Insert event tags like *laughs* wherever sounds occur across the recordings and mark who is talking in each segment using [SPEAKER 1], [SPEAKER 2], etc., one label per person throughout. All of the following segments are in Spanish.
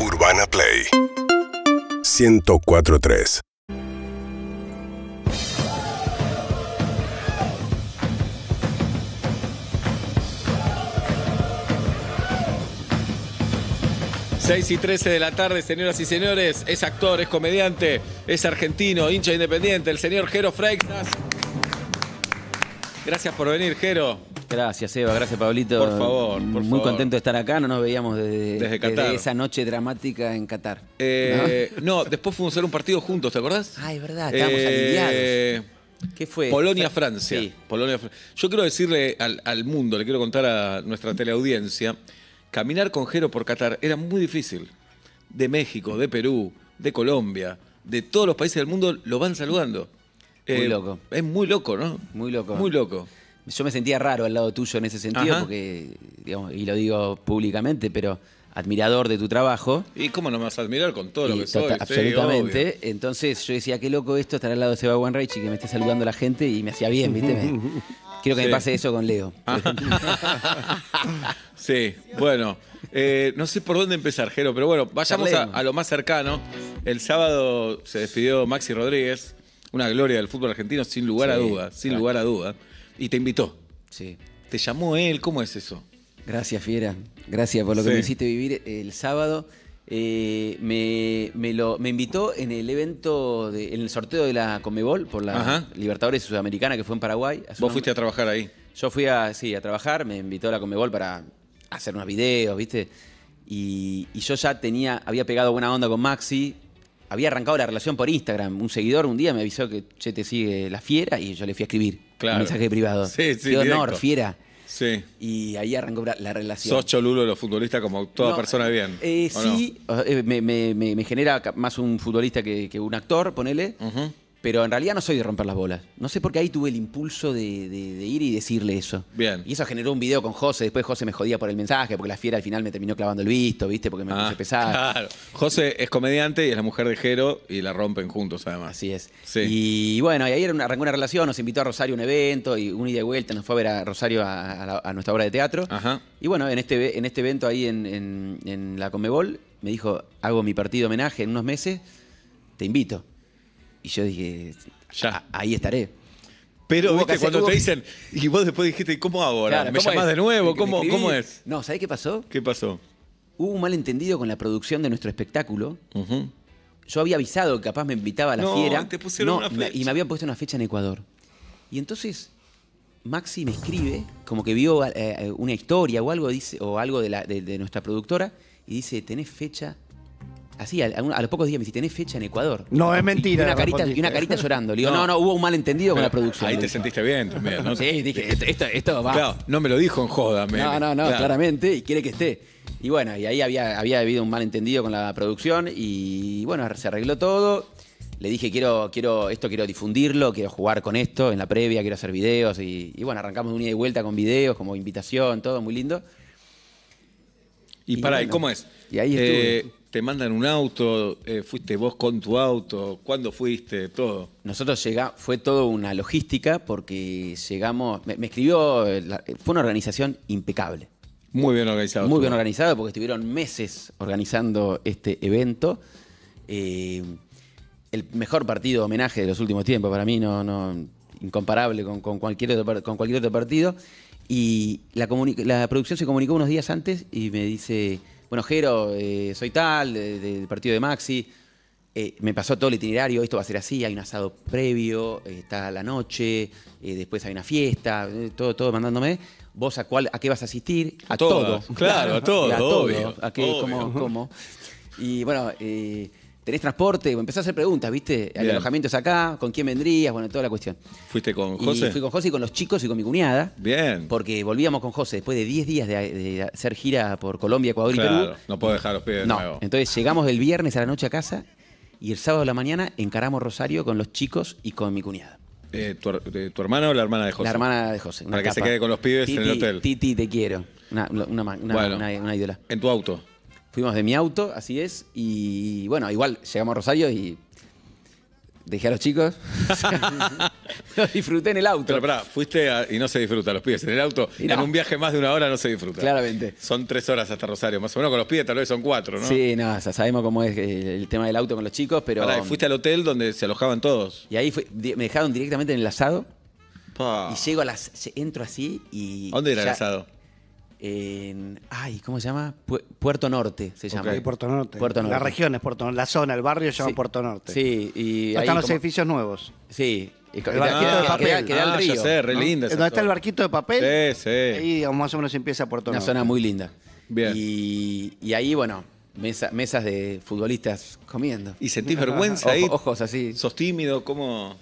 [SPEAKER 1] Urbana Play 1043
[SPEAKER 2] 6 y 13 de la tarde, señoras y señores, es actor, es comediante, es argentino, hincha independiente, el señor Jero Freixas. Gracias por venir, Jero.
[SPEAKER 3] Gracias, Eva. Gracias, Pablito.
[SPEAKER 2] Por favor, por
[SPEAKER 3] Muy
[SPEAKER 2] favor.
[SPEAKER 3] contento de estar acá. No nos veíamos desde,
[SPEAKER 2] Desde Qatar.
[SPEAKER 3] esa noche dramática en Qatar.
[SPEAKER 2] Eh, no, después fuimos a hacer un partido juntos, ¿te acordás?
[SPEAKER 3] Ah, es verdad. Estábamos
[SPEAKER 2] Eh,
[SPEAKER 3] alineados. ¿Qué fue?
[SPEAKER 2] Polonia-Francia.
[SPEAKER 3] Pues, Sí.
[SPEAKER 2] Polonia-Fran- Yo quiero decirle al, al mundo, le quiero contar a nuestra teleaudiencia, caminar con Jero por Qatar era muy difícil. De México, de Perú, de Colombia, de todos los países del mundo lo van saludando. Eh,
[SPEAKER 3] Muy loco.
[SPEAKER 2] Es muy loco, ¿no?
[SPEAKER 3] Muy loco.
[SPEAKER 2] Muy loco.
[SPEAKER 3] Yo me sentía raro al lado tuyo en ese sentido,
[SPEAKER 2] Ajá.
[SPEAKER 3] porque, digamos, y lo digo públicamente, pero admirador de tu trabajo.
[SPEAKER 2] ¿Y cómo no me vas a admirar con todo lo
[SPEAKER 3] Y
[SPEAKER 2] que soy?
[SPEAKER 3] tota-
[SPEAKER 2] Sí,
[SPEAKER 3] absolutamente. Entonces yo decía, qué loco esto, estar al lado de Seba Wanreich y que me esté saludando la gente y me hacía bien, ¿viste?
[SPEAKER 2] *laughs*
[SPEAKER 3] Me- quiero que
[SPEAKER 2] Sí.
[SPEAKER 3] me pase eso con Leo.
[SPEAKER 2] obvio. Sí, bueno. eh, no sé por dónde empezar, Jero, pero bueno, vayamos a,
[SPEAKER 3] Charlemos.
[SPEAKER 2] a lo más cercano. El sábado se despidió Maxi Rodríguez, una gloria del fútbol argentino, sin lugar a
[SPEAKER 3] Sí,
[SPEAKER 2] duda, sin
[SPEAKER 3] crack.
[SPEAKER 2] lugar a duda. Y te invitó.
[SPEAKER 3] Sí.
[SPEAKER 2] Te llamó él, ¿cómo es eso?
[SPEAKER 3] Gracias, Fiera. Gracias por lo que
[SPEAKER 2] Sí.
[SPEAKER 3] me hiciste vivir el sábado. Eh, me, me lo, me invitó en el evento, de- en el sorteo de la Comebol por la
[SPEAKER 2] Ajá.
[SPEAKER 3] Libertadores Sudamericana que fue en Paraguay. Hace
[SPEAKER 2] Vos
[SPEAKER 3] unos-
[SPEAKER 2] fuiste a trabajar ahí.
[SPEAKER 3] Yo fui a, sí, a trabajar, me invitó a la Comebol para hacer unos videos, ¿viste? Y, y yo ya tenía, había pegado buena onda con Maxi, había arrancado la relación por Instagram. Un seguidor un día me avisó que, che, te sigue la fiera y yo le fui a escribir
[SPEAKER 2] Claro.
[SPEAKER 3] un mensaje privado.
[SPEAKER 2] Sí, sí,
[SPEAKER 3] Qué honor,
[SPEAKER 2] directo.
[SPEAKER 3] fiera.
[SPEAKER 2] Sí.
[SPEAKER 3] Y ahí arrancó la- la relación.
[SPEAKER 2] Sos cholulo de los futbolistas como toda
[SPEAKER 3] No,
[SPEAKER 2] persona de bien.
[SPEAKER 3] eh,
[SPEAKER 2] ¿o no?
[SPEAKER 3] sí, eh, me, me- me- me genera ca- más un futbolista que, que un actor, ponele.
[SPEAKER 2] Ujú.
[SPEAKER 3] Pero en realidad no soy de romper las bolas. No sé por qué ahí tuve el impulso de, de- de ir y decirle eso.
[SPEAKER 2] Bien.
[SPEAKER 3] Y eso generó un video con José. Después José me jodía por el mensaje, porque la fiera al final me terminó clavando el visto, ¿viste? Porque me
[SPEAKER 2] Ah,
[SPEAKER 3] puse pesada.
[SPEAKER 2] Claro. José es comediante y es la mujer de Jero y la rompen juntos además.
[SPEAKER 3] Así es.
[SPEAKER 2] Sí.
[SPEAKER 3] Y bueno, y ahí era una- arrancó una relación, nos invitó a Rosario a un evento y una ida y vuelta, nos fue a ver a Rosario a, a la- a nuestra obra de teatro.
[SPEAKER 2] Ajá.
[SPEAKER 3] Y bueno, en este, ve- en este evento ahí en, en- en la Comebol, me dijo, hago mi partido homenaje en unos meses, te invito. Y yo dije,
[SPEAKER 2] Ya.
[SPEAKER 3] "A- ahí estaré.
[SPEAKER 2] Pero,
[SPEAKER 3] Hubo
[SPEAKER 2] viste,
[SPEAKER 3] que hacer-
[SPEAKER 2] cuando
[SPEAKER 3] hubo
[SPEAKER 2] te
[SPEAKER 3] que-
[SPEAKER 2] dicen, y vos después dijiste, "¿Y ¿cómo hago ahora?
[SPEAKER 3] Claro,
[SPEAKER 2] ¿Me
[SPEAKER 3] ¿cómo
[SPEAKER 2] llamás
[SPEAKER 3] es?
[SPEAKER 2] de nuevo?
[SPEAKER 3] Le- le
[SPEAKER 2] ¿Cómo,
[SPEAKER 3] escribí.
[SPEAKER 2] ¿Cómo es?
[SPEAKER 3] No, ¿sabés qué pasó?
[SPEAKER 2] ¿Qué pasó?
[SPEAKER 3] Hubo un malentendido con la producción de nuestro espectáculo.
[SPEAKER 2] Ujú.
[SPEAKER 3] Yo había avisado que capaz me invitaba a la
[SPEAKER 2] No,
[SPEAKER 3] fiera.
[SPEAKER 2] te pusieron una
[SPEAKER 3] me-
[SPEAKER 2] fecha.
[SPEAKER 3] Y me habían puesto una fecha en Ecuador. Y entonces Maxi me escribe, como que vio eh, eh, una historia o algo, dice, o algo de, la- de- de nuestra productora, y dice, tenés fecha. Así, a, a un- a los pocos días me dice, tenés fecha en Ecuador.
[SPEAKER 4] No, es mentira,
[SPEAKER 3] Y una carita,
[SPEAKER 4] respondiste.
[SPEAKER 3] y una carita llorando.
[SPEAKER 4] *laughs*
[SPEAKER 3] Le digo,
[SPEAKER 2] No.
[SPEAKER 3] no, no, hubo un malentendido con
[SPEAKER 2] Pero
[SPEAKER 3] la producción.
[SPEAKER 2] Ahí
[SPEAKER 3] Le
[SPEAKER 2] te
[SPEAKER 3] digo.
[SPEAKER 2] sentiste bien también, ¿no?
[SPEAKER 3] *laughs* Sí, dije, esto, esto, esto va.
[SPEAKER 2] Claro, no me lo dijo en joda, me-
[SPEAKER 3] No, no, no,
[SPEAKER 2] claro.
[SPEAKER 3] claramente, y quiere que esté. Y bueno, y ahí había, había habido un malentendido con la producción y bueno, se arregló todo. Le dije, quiero, quiero, esto quiero difundirlo, quiero jugar con esto en la previa, quiero hacer videos. Y, y bueno, arrancamos de una ida y vuelta con videos, como invitación, todo muy lindo.
[SPEAKER 2] Y,
[SPEAKER 3] Y
[SPEAKER 2] pará, ¿y
[SPEAKER 3] bueno,
[SPEAKER 2] cómo es?
[SPEAKER 3] y ahí estuve.
[SPEAKER 2] Eh, te mandan un auto, eh, fuiste vos con tu auto, ¿cuándo fuiste? Todo.
[SPEAKER 3] Nosotros llegamos, fue toda una logística porque llegamos, me, me escribió, eh, la- fue una organización impecable.
[SPEAKER 2] Muy bien organizado.
[SPEAKER 3] Muy
[SPEAKER 2] estuvo.
[SPEAKER 3] bien organizado porque estuvieron meses organizando este evento. Eh, el mejor partido de homenaje de los últimos tiempos, para mí, no, no incomparable con, con cualquier otro, par- con cualquier otro partido. Y la, comuni- la producción se comunicó unos días antes y me dice, bueno, Jero, eh, soy tal, de- del partido de Maxi. Eh, me pasó todo el itinerario, esto va a ser así, hay un asado previo, eh, está la noche, eh, después hay una fiesta, eh, todo, todo mandándome. ¿Vos a cuál, a qué vas a asistir?
[SPEAKER 2] A todas, claro,
[SPEAKER 3] *laughs*
[SPEAKER 2] a todo,
[SPEAKER 3] Y
[SPEAKER 2] obvio,
[SPEAKER 3] a qué,
[SPEAKER 2] obvio.
[SPEAKER 3] cómo- cómo. Y bueno, eh, ¿tenés transporte? Bueno, empezás a hacer preguntas, ¿viste? ¿El
[SPEAKER 2] Bien.
[SPEAKER 3] alojamiento es acá? ¿Con quién vendrías? Bueno, toda la cuestión.
[SPEAKER 2] ¿Fuiste con
[SPEAKER 3] Y
[SPEAKER 2] José?
[SPEAKER 3] fui con José y con los chicos y con mi cuñada.
[SPEAKER 2] Bien.
[SPEAKER 3] Porque volvíamos con José después de 10 días de, de hacer gira por Colombia, Ecuador y
[SPEAKER 2] Claro,
[SPEAKER 3] Perú.
[SPEAKER 2] no puedo dejar los pies de
[SPEAKER 3] No,
[SPEAKER 2] nuevo.
[SPEAKER 3] entonces llegamos el viernes a la noche a casa y el sábado a la mañana encaramos Rosario con los chicos y con mi cuñada.
[SPEAKER 2] Eh, tu, her- eh, ¿Tu hermana o la hermana de José?
[SPEAKER 3] La hermana de José. una
[SPEAKER 2] Para que se
[SPEAKER 3] capa.
[SPEAKER 2] quede con los pibes en el
[SPEAKER 3] Titi,
[SPEAKER 2] hotel.
[SPEAKER 3] Titi, te quiero. Una, una, ma- una-
[SPEAKER 2] Bueno.
[SPEAKER 3] una- una ídola.
[SPEAKER 2] En tu auto.
[SPEAKER 3] Fuimos de mi auto, así es, y bueno, igual llegamos a Rosario y Dejé a los chicos. *laughs* lo disfruté en el auto.
[SPEAKER 2] Pero pará, fuiste a- y no se disfruta, los pibes en el auto.
[SPEAKER 3] Y no.
[SPEAKER 2] En un viaje más de una hora no se disfruta.
[SPEAKER 3] Claramente.
[SPEAKER 2] Son tres horas hasta Rosario, más o menos con los pibes tal vez son cuatro, ¿no?
[SPEAKER 3] Sí, no, o sea, sabemos cómo es eh, el tema del auto con los chicos, pero. um,
[SPEAKER 2] Pará, y fuiste al hotel donde se alojaban todos.
[SPEAKER 3] Y ahí fue- di- me dejaron directamente en el asado.
[SPEAKER 2] Pa.
[SPEAKER 3] Y llego a las. se- Entro así y.
[SPEAKER 2] ¿A Ah. ¿Dónde era el
[SPEAKER 3] ya-
[SPEAKER 2] asado?
[SPEAKER 3] En. Ay, ¿cómo se llama? Pu- Puerto Norte se llama.
[SPEAKER 2] Ok.
[SPEAKER 1] Sí, Puerto Norte.
[SPEAKER 3] Puerto Norte.
[SPEAKER 1] La región es Puerto Norte. La zona, el barrio se llama
[SPEAKER 3] Sí.
[SPEAKER 1] Puerto Norte.
[SPEAKER 3] Sí, y.
[SPEAKER 1] Donde
[SPEAKER 3] ahí
[SPEAKER 1] están los
[SPEAKER 3] como-
[SPEAKER 1] edificios nuevos.
[SPEAKER 3] Sí. y co-
[SPEAKER 1] El
[SPEAKER 3] queda-
[SPEAKER 1] barquito
[SPEAKER 3] queda-
[SPEAKER 1] de
[SPEAKER 3] queda-
[SPEAKER 1] papel.
[SPEAKER 3] queda el
[SPEAKER 2] ah,
[SPEAKER 3] río,
[SPEAKER 2] ya sé, re
[SPEAKER 3] ¿no?
[SPEAKER 2] linda. esa
[SPEAKER 1] Donde está el
[SPEAKER 2] zona.
[SPEAKER 1] barquito de papel.
[SPEAKER 2] Sí, sí.
[SPEAKER 1] Ahí digamos, más o menos empieza Puerto
[SPEAKER 3] Una
[SPEAKER 1] Norte.
[SPEAKER 3] zona muy linda.
[SPEAKER 2] Bien.
[SPEAKER 3] Y, y ahí, bueno, mesa- mesas de futbolistas comiendo.
[SPEAKER 2] ¿Y sentís vergüenza
[SPEAKER 3] *laughs* Ojo-
[SPEAKER 2] ahí?
[SPEAKER 3] ojos así.
[SPEAKER 2] ¿Sos tímido? ¿Cómo?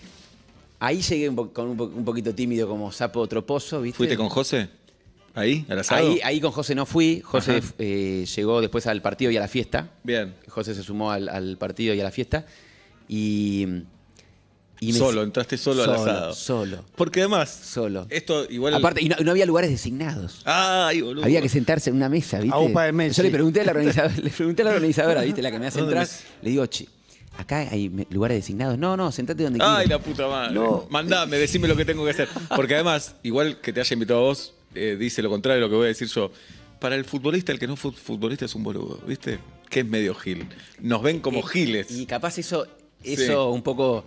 [SPEAKER 3] Ahí llegué un po- con un, po- un poquito tímido como sapo troposo, ¿viste?
[SPEAKER 2] ¿Fuiste con José? ¿Ahí? ¿Al asado?
[SPEAKER 3] ahí, ahí con José no fui. José
[SPEAKER 2] Ajá.
[SPEAKER 3] eh, llegó después al partido y a la fiesta.
[SPEAKER 2] Bien.
[SPEAKER 3] José se sumó al, al partido y a la fiesta. Y. y
[SPEAKER 2] Solo, entraste solo al asado.
[SPEAKER 3] Solo,
[SPEAKER 2] Porque además.
[SPEAKER 3] solo.
[SPEAKER 2] Esto igual.
[SPEAKER 3] Aparte, y no, y no había lugares designados.
[SPEAKER 2] Ay, boludo.
[SPEAKER 3] Había que sentarse en una mesa, ¿viste?
[SPEAKER 1] A upa de Messi.
[SPEAKER 3] Yo le pregunté a la organizadora, le pregunté a la organizadora, ¿viste? La que me hace
[SPEAKER 2] ¿Dónde
[SPEAKER 3] entrar.
[SPEAKER 2] me-
[SPEAKER 3] Le digo, che, acá hay me- lugares designados. No, no, sentate donde quieras.
[SPEAKER 2] Ay, la puta madre.
[SPEAKER 3] No.
[SPEAKER 2] Mandame, decime lo que tengo que hacer. Porque además, igual que te haya invitado a vos, eh, dice lo contrario de lo que voy a decir yo. Para el futbolista, el que no fue futbolista es un boludo, ¿viste? Que es medio gil. Nos ven como
[SPEAKER 3] Eh,
[SPEAKER 2] giles.
[SPEAKER 3] Y capaz eso, eso
[SPEAKER 2] Sí.
[SPEAKER 3] un poco.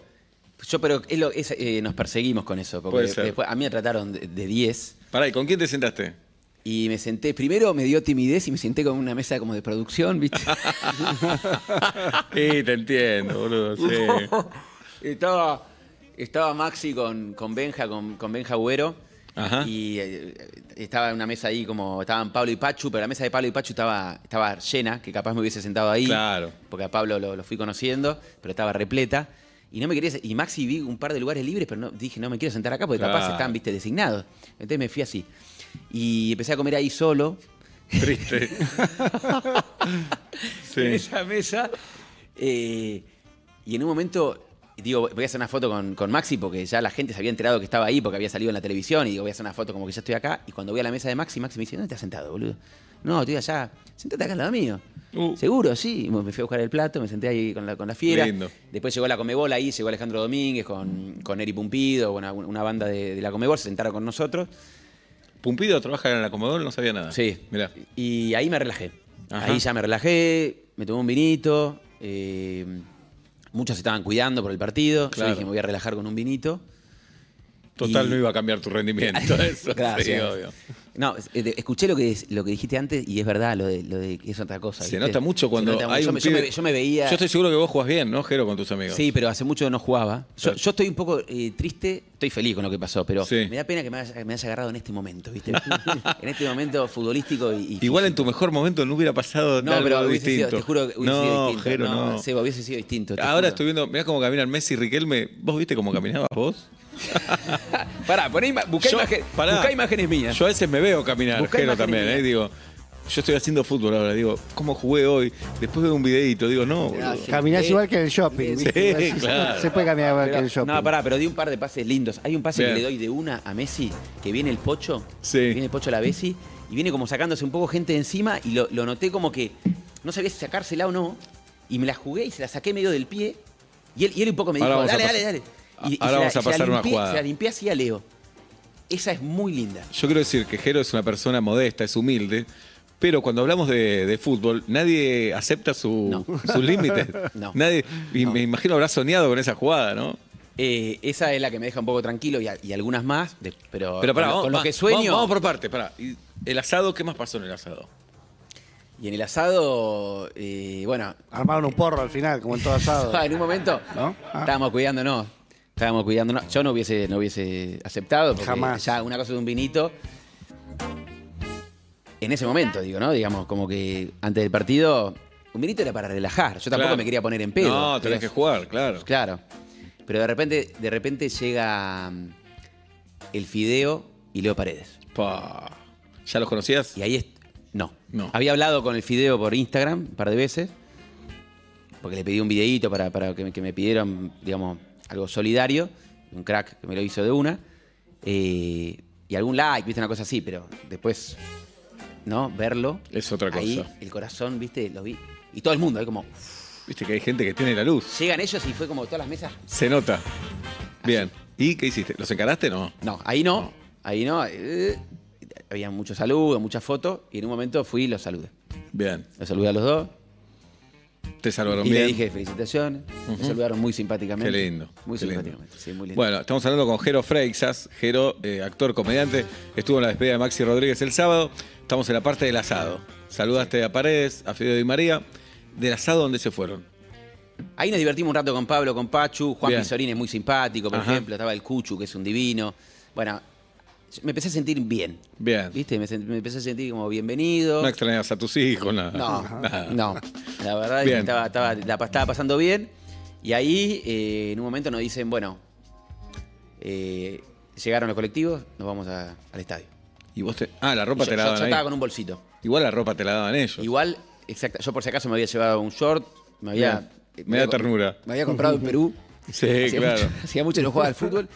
[SPEAKER 3] Yo, pero es lo- es, eh, nos perseguimos con eso. Porque
[SPEAKER 2] Puede ser.
[SPEAKER 3] después a mí me trataron de de 10
[SPEAKER 2] Pará, ¿y con quién te
[SPEAKER 3] *laughs*
[SPEAKER 2] sentaste?
[SPEAKER 3] y me senté. Primero me dio timidez y me senté con una mesa como de
[SPEAKER 2] *laughs*
[SPEAKER 3] producción, ¿viste?
[SPEAKER 2] Sí, te entiendo, boludo. Sí.
[SPEAKER 3] estaba, estaba Maxi con, con Benja, con, con Benja Agüero.
[SPEAKER 2] Ajá.
[SPEAKER 3] Y eh, estaba en una mesa ahí como estaban Pablo y Pachu, pero la mesa de Pablo y Pachu estaba, estaba llena, que capaz me hubiese sentado ahí.
[SPEAKER 2] Claro.
[SPEAKER 3] Porque a Pablo lo, lo fui conociendo, pero estaba repleta. Y no me quería. Y Maxi vi un par de lugares libres, pero no, dije, no me quiero sentar acá porque capaz
[SPEAKER 2] Claro.
[SPEAKER 3] están, viste, designados. Entonces me fui así. Y empecé a comer ahí solo,
[SPEAKER 2] Triste.
[SPEAKER 3] en
[SPEAKER 2] Sí.
[SPEAKER 3] esa mesa. eh, y en un momento, digo, voy a hacer una foto con, con Maxi porque ya la gente se había enterado que estaba ahí porque había salido en la televisión y digo, voy a hacer una foto como que ya estoy acá. Y cuando voy a la mesa de Maxi, Maxi me dice, ¿dónde estás sentado, boludo? No, estoy allá. Sentate acá al lado mío.
[SPEAKER 2] Uh.
[SPEAKER 3] Seguro, sí. Y Me fui a buscar el plato, me senté ahí con la, con la fiera.
[SPEAKER 2] Lindo.
[SPEAKER 3] Después llegó la Comebol ahí, llegó Alejandro Domínguez con, con Eri Pumpido, bueno, una, una banda de, de la Comebol, se sentaron con nosotros.
[SPEAKER 2] Pumpido trabaja en la Comodoro, no sabía nada.
[SPEAKER 3] Sí.
[SPEAKER 2] Ah, Mirá.
[SPEAKER 3] Y ahí me relajé.
[SPEAKER 2] Ajá.
[SPEAKER 3] Ahí ya me relajé, me tomé un vinito. eh, muchos se estaban cuidando por el partido.
[SPEAKER 2] Claro.
[SPEAKER 3] Yo dije, me voy a relajar con
[SPEAKER 2] *laughs*
[SPEAKER 3] un vinito.
[SPEAKER 2] Total,
[SPEAKER 3] Y-
[SPEAKER 2] no iba a cambiar tu
[SPEAKER 3] *laughs*
[SPEAKER 2] rendimiento. Eso,
[SPEAKER 3] Gracias.
[SPEAKER 2] Sí, obvio.
[SPEAKER 3] No, es- eh, escuché lo que, lo que dijiste antes y es verdad lo de, lo de que es otra cosa.
[SPEAKER 2] Se
[SPEAKER 3] ¿viste?
[SPEAKER 2] nota mucho
[SPEAKER 3] Se
[SPEAKER 2] cuando
[SPEAKER 3] nota mucho.
[SPEAKER 2] hay
[SPEAKER 3] yo,
[SPEAKER 2] un
[SPEAKER 3] me, yo
[SPEAKER 2] pibe-
[SPEAKER 3] me- yo me veía.
[SPEAKER 2] Yo estoy seguro que vos jugás bien, ¿no, Jero, con tus amigos?
[SPEAKER 3] Sí, pero hace mucho no jugaba. Yo,
[SPEAKER 2] Claro.
[SPEAKER 3] yo estoy un poco eh, triste, estoy feliz con lo que pasó, pero
[SPEAKER 2] Sí.
[SPEAKER 3] me da pena que me haya, me haya agarrado en este momento, ¿viste? *laughs* en este momento futbolístico y. y
[SPEAKER 2] Igual en tu mejor momento no hubiera pasado
[SPEAKER 3] No,
[SPEAKER 2] algo
[SPEAKER 3] pero hubiese
[SPEAKER 2] distinto.
[SPEAKER 3] sido, te juro que hubiese
[SPEAKER 2] no,
[SPEAKER 3] sido distinto.
[SPEAKER 2] Jero, no.
[SPEAKER 3] Seba, hubiese sido distinto. te
[SPEAKER 2] Ahora
[SPEAKER 3] juro.
[SPEAKER 2] estoy viendo, mirá cómo caminan Messi y Riquelme. ¿Vos viste cómo caminabas vos?
[SPEAKER 3] Pará, poné ima- buscá,
[SPEAKER 2] Yo-
[SPEAKER 3] imagen-
[SPEAKER 2] pará.
[SPEAKER 3] buscá imágenes mías.
[SPEAKER 2] Yo a veces me veo caminar,
[SPEAKER 3] Buscá
[SPEAKER 2] Jero,
[SPEAKER 3] imágenes
[SPEAKER 2] también,
[SPEAKER 3] mías.
[SPEAKER 2] ¿eh? Digo, yo estoy haciendo fútbol ahora, digo, ¿cómo jugué hoy? Después veo un videito, digo, no, boludo.
[SPEAKER 3] sí.
[SPEAKER 1] Caminás
[SPEAKER 3] Eh,
[SPEAKER 1] igual que en el shopping.
[SPEAKER 2] sí,
[SPEAKER 1] ¿viste? Así se-
[SPEAKER 2] claro.
[SPEAKER 1] Se puede caminar igual que en
[SPEAKER 3] Pero-
[SPEAKER 1] el shopping.
[SPEAKER 3] no, pará, pero di un par de pases lindos. Hay un pase
[SPEAKER 2] Bien.
[SPEAKER 3] que le doy de una a Messi, que viene el pocho,
[SPEAKER 2] Sí.
[SPEAKER 3] que viene el pocho a la Bessi, y viene como sacándose un poco gente de encima, y lo, lo noté como que no sabía si sacársela o no, y me la jugué y se la saqué medio del pie, y él, y él un poco me
[SPEAKER 2] Ahora
[SPEAKER 3] dijo,
[SPEAKER 2] vamos a
[SPEAKER 3] dale, dale,
[SPEAKER 2] pasar-
[SPEAKER 3] dale. Y, y
[SPEAKER 2] Ahora vamos a
[SPEAKER 3] se la
[SPEAKER 2] pasar una
[SPEAKER 3] limpié-
[SPEAKER 2] jugada.
[SPEAKER 3] Se la limpié así a Leo. Esa es muy linda.
[SPEAKER 2] Yo quiero decir que Jero es una persona modesta, es humilde, pero cuando hablamos de, de fútbol, nadie acepta su- *laughs* sus límites.
[SPEAKER 3] *laughs* No.
[SPEAKER 2] Nadie, y
[SPEAKER 3] No.
[SPEAKER 2] me imagino habrá soñado con esa jugada, ¿no?
[SPEAKER 3] Eh, esa es la que me deja un poco tranquilo y, a- y algunas más, de- pero,
[SPEAKER 2] Pero pará,
[SPEAKER 3] con, lo-
[SPEAKER 2] vamos,
[SPEAKER 3] con lo
[SPEAKER 2] va-
[SPEAKER 3] que sueño...
[SPEAKER 2] Vamos, vamos por parte, pará. Y ¿El asado qué más pasó en el asado?
[SPEAKER 3] Y en el asado, eh, bueno,
[SPEAKER 1] Armaron un porro al final, como en todo
[SPEAKER 3] *laughs*
[SPEAKER 1] asado.
[SPEAKER 3] en un momento
[SPEAKER 1] ¿No? Ah.
[SPEAKER 3] estábamos cuidándonos. Estábamos cuidándonos. Yo no hubiese, no hubiese aceptado, porque
[SPEAKER 1] Jamás.
[SPEAKER 3] ya una cosa de un vinito. En ese momento, digo, ¿no? Digamos, como que antes del partido, un vinito era para relajar. Yo tampoco
[SPEAKER 2] Claro.
[SPEAKER 3] me quería poner en pedo.
[SPEAKER 2] No, tenés que
[SPEAKER 3] Digo,
[SPEAKER 2] jugar, claro.
[SPEAKER 3] Claro. Pero de repente, de repente llega mm, el Fideo y Leo Paredes.
[SPEAKER 2] Pa. ¿Ya los conocías?
[SPEAKER 3] Y ahí es. No.
[SPEAKER 2] No.
[SPEAKER 3] Había hablado con el Fideo por Instagram un par de veces. Porque le pedí un videíto para, para que, me, que me pidieran, digamos, algo solidario. Un crack que me lo hizo de una. Eh, y algún like, viste, una cosa así, pero después, ¿no? Verlo.
[SPEAKER 2] Es otra
[SPEAKER 3] Ahí,
[SPEAKER 2] cosa.
[SPEAKER 3] el corazón, viste, lo vi. Y todo el mundo, ahí como.
[SPEAKER 2] Viste que hay gente que tiene la luz.
[SPEAKER 3] Llegan ellos y fue como todas las mesas.
[SPEAKER 2] Se nota. Bien. ¿Y qué hiciste? ¿Los encaraste? No.
[SPEAKER 3] No, ahí no, ahí no. eh, había muchos saludos, muchas fotos, y en un momento fui y los saludé.
[SPEAKER 2] Bien.
[SPEAKER 3] Los saludé a los dos.
[SPEAKER 2] Te salvaron
[SPEAKER 3] Y
[SPEAKER 2] bien.
[SPEAKER 3] le dije felicitaciones. Me saludaron muy simpáticamente.
[SPEAKER 2] Qué lindo.
[SPEAKER 3] Muy
[SPEAKER 2] qué lindo.
[SPEAKER 3] simpáticamente. Sí, muy lindo.
[SPEAKER 2] Bueno, estamos hablando con Jero Freixas. Jero, eh, actor, comediante, estuvo en la despedida de Maxi Rodríguez el sábado. Estamos en la parte del asado. Saludaste a Paredes, a Fideo y María. Del asado, ¿dónde se fueron?
[SPEAKER 3] Ahí nos divertimos un rato con Pablo, con Pachu. Juan
[SPEAKER 2] Bien.
[SPEAKER 3] Pizorín es muy simpático, por
[SPEAKER 2] Ajá.
[SPEAKER 3] ejemplo. Estaba el Cuchu, que es un divino. Bueno, me empecé a sentir bien.
[SPEAKER 2] Bien.
[SPEAKER 3] ¿Viste? Me, sent- me empecé a sentir como bienvenido.
[SPEAKER 2] No extrañas a tus hijos, nada.
[SPEAKER 3] No,
[SPEAKER 2] Nada.
[SPEAKER 3] no. La verdad es que
[SPEAKER 2] Bien.
[SPEAKER 3] estaba, estaba- la pa- estaba pasando bien. Y ahí, eh, en un momento, nos dicen, bueno, eh, llegaron los colectivos, nos vamos a- al estadio.
[SPEAKER 2] Y vos te... Ah, la
[SPEAKER 3] Y
[SPEAKER 2] ropa
[SPEAKER 3] yo,
[SPEAKER 2] te la
[SPEAKER 3] yo- yo
[SPEAKER 2] daban ahí.
[SPEAKER 3] estaba con un bolsito.
[SPEAKER 2] Igual la ropa te la daban ellos.
[SPEAKER 3] Igual, exacta. Yo por si acaso me había llevado un short, me había.
[SPEAKER 2] Bien. Me da ternura.
[SPEAKER 3] Me había comprado en Perú.
[SPEAKER 2] *laughs* Sí,
[SPEAKER 3] Hacía
[SPEAKER 2] claro.
[SPEAKER 3] mucho- *laughs* hacía mucho que no
[SPEAKER 2] *laughs*
[SPEAKER 3] jugaba al fútbol.